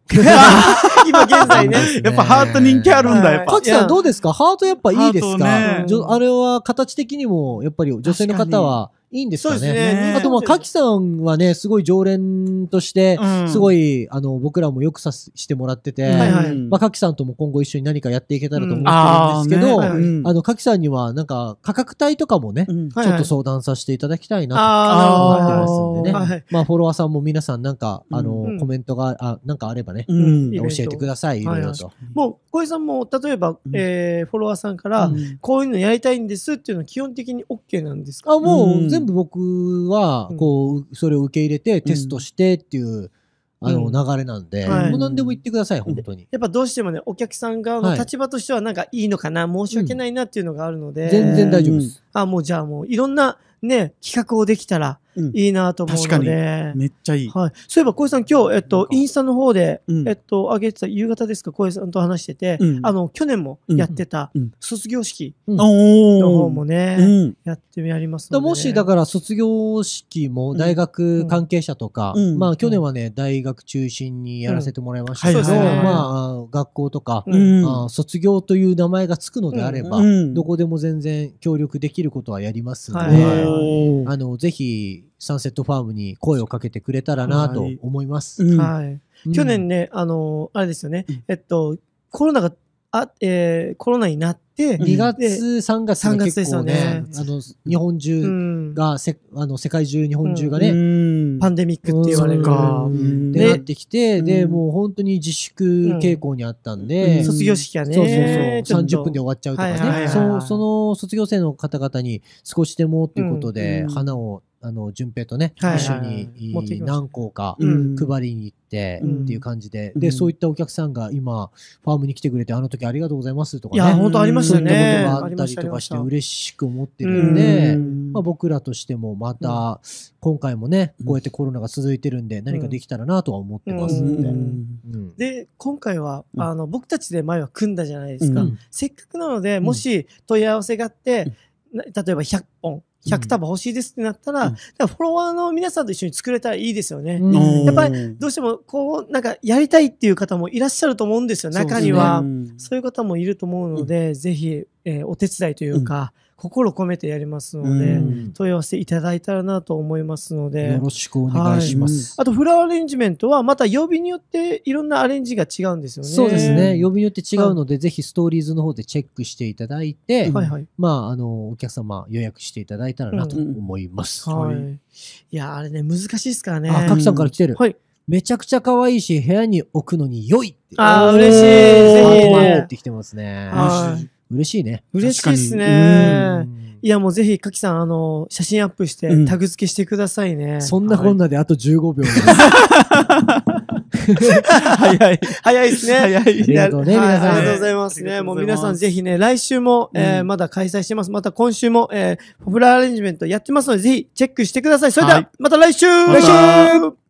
S1: 今現在ね。
S2: やっぱハート人気あるんだ、やっぱ
S3: カ。キさんどうですかハートやっぱいいです
S2: ハート
S3: か、
S1: ね
S3: じょあれは形的にもやっぱり女性の方はいいんです
S1: そう
S3: か
S1: で
S3: ね
S1: すね。
S2: あ
S3: あとまあカキさんはね、すごい常連として、すごい、あの、僕らもよくさすしてもらってて、
S2: うん
S1: はいはい
S2: うん
S3: まあ、カキさんとも今後一緒に何かやっていけたらと思
S1: うん
S3: ってるんですけど、
S1: あーね
S3: あの、カキさんにはなんか価格帯とかもね、
S2: うん
S1: はい
S3: ち
S1: はい
S3: ょっと相談させていただきたいなと
S1: ああ、
S3: 思って
S1: なる
S3: ま
S1: ほ
S3: すんでね。
S1: はいはい
S3: まあ、フォロワーさんも皆さんなんか、あの、
S1: うん
S3: コメントが、あ、なんかあればね、
S2: うん
S1: いい
S3: 教
S1: ね
S3: えてください、いろいろと。
S1: ど。もう、小江さんも、例えば
S2: う、ん
S1: えーフォロワーさんから、こういうのやりたいんですっていうのは基本的に OK なんですか
S3: あ、も
S2: うん
S3: う全部僕は
S1: う、ん
S3: こう、それを受け入れて、テストしてっていう、あ
S1: う
S3: の、
S1: ん
S3: 流れなんで、
S1: はい
S3: もう何でも言ってください、本当に。
S1: やっぱどうしてもね、お客さん側
S3: は
S1: の
S3: い
S1: 立場としてはなんかいいのかな、申し訳ないなっていうのがあるので、
S3: 全然大丈夫です。
S1: あ、もうじゃあもういろんなね、企画をできたら
S2: うん
S1: いいなと思うの
S2: 確
S1: で、
S2: めっちゃいい。
S1: はい。そういえば、小江さん今日、えっ
S2: なん
S1: と
S2: か、
S1: インスタの方で、
S2: うん
S1: えっと、上げてた、夕方ですか、小江さんと話してて、
S2: うん
S1: あの、去年もやってた
S2: うん、
S1: 卒業式
S2: お
S1: の方もね、
S2: うん。
S1: やってやります
S3: だ
S1: ので、
S3: もし、だ
S1: ら、
S3: から卒業式も大学関係者とか、
S2: うんうん
S3: まあ去年はね、大学中心にやらせてもらいました
S2: うん
S3: け
S2: は
S3: ど、
S2: いはいはい
S3: まああ、学校とか、
S1: うん
S3: あ卒業という名前がつくのであれば、
S2: うん
S3: どこでも全然協力できることはやりますの
S1: はい
S3: で、
S1: はいはい
S2: おー
S3: あの、ぜひ、サンセットファームに声をかけてくれたらなと思います。
S2: うん
S1: はい。
S3: うん
S1: 去年ね、あの、あれですよね
S2: うん、
S1: えっと、コロナが、あ、えーコロナになって、
S3: 2月、3月が
S1: 3月
S3: 結
S1: ですよ
S3: 構ね
S1: ね、
S3: あの、日本
S1: う
S3: 中
S1: ん、
S3: がせ、あの、世界中日本中がね、
S2: うん
S1: パンデミックって言われる。
S3: そっか
S2: うん
S3: で
S1: ね
S3: なってきて、
S2: うん
S3: で、もう本当に自粛傾向にあったんで、
S2: うん
S1: 卒業式はね。
S3: そうそうそう、
S1: ちょっと
S3: 30分で終わっちゃうとかね、
S1: はいはいはいはい
S3: そうその卒業生の方々に少しでもっていうことで、
S1: うんうん
S3: 花をあの、淳平とね、
S1: はい
S3: 一緒に
S1: 持ってきました
S3: 何校か
S1: うん
S3: 配りに行って
S1: うん
S3: っていう感じで、
S2: うん
S3: で、そういったお客さんが今、ファームに来てくれて、あの時ありがとうございますとか
S1: い
S3: ね。
S1: や、本当ありました
S3: そうい
S1: よ
S3: った
S1: ね。
S3: ことがあったりとかして
S1: ありま
S3: 嬉しく思ってるんで、まあ、僕らとしてもまた、今回もね、こうやってコロナが続いてるんで、何かできたらなとは思ってますんで。
S1: う
S3: うんん
S1: したで、今回は、
S2: うん
S1: あの、僕たちで前は組んだじゃないです
S2: う
S1: か
S2: ん。
S1: せっかくなので、もし問い合わせがあって、な例えば100本、100束欲しいですってなったら、
S2: うん
S1: だからフォロワーの皆さんと一緒に作れたらいいですよね。
S3: うん
S1: やっぱ
S2: り
S1: どうしても、こう、なんか、やりたいっていう方もいらっしゃると思うんですよ、中には。そういう方もいると思うので、ぜひ、えーお手伝いというか、心込めてやりますので、
S2: うん
S1: 問い合わせいただいたらなと思いますので
S3: よ、ろしくお願いします。
S1: あとフラワーアレンジメントはまた曜日によっていろんなアレンジが違うんですよね。
S3: そうですね。曜日によって違うので、ぜひストーリーズの方でチェックしていただいて、
S1: はいはい。
S3: まあ、あの、お客様予約していただいたらなと
S2: うん
S3: 思います。
S1: はい。いや、あれね、難しいですからね。
S3: あ、かきさんから来てる。
S1: はい。
S3: めちゃくちゃ可愛いし、部屋に置くのに良いって。
S1: あー
S3: おー
S1: 嬉しい
S2: ぜひね
S3: あーってきてますね。
S1: はい
S3: 嬉しいね。
S1: 嬉しいです
S3: う
S1: ね。
S3: ん
S1: いや、もうぜひ、かきさん、あの、写真アップして
S2: うん、
S1: タグ付けしてくださいね。
S3: そんなこんなであと15秒。
S2: 早い。
S1: 早いですね。
S2: 早い
S3: ありがとうね
S1: はい
S3: 皆さ
S1: あ
S3: ん
S1: りがとうございます
S2: あり
S1: ね。
S2: がと
S1: もう
S2: うございま
S1: 皆
S2: す
S1: さんぜひね、来週も、えー
S2: うん
S1: まだ開催してます。また今週も、えー、ポプラアレンジメントやってますので、ぜひチェックしてください。それで
S2: は、
S1: はいまた来週
S2: また
S1: 来週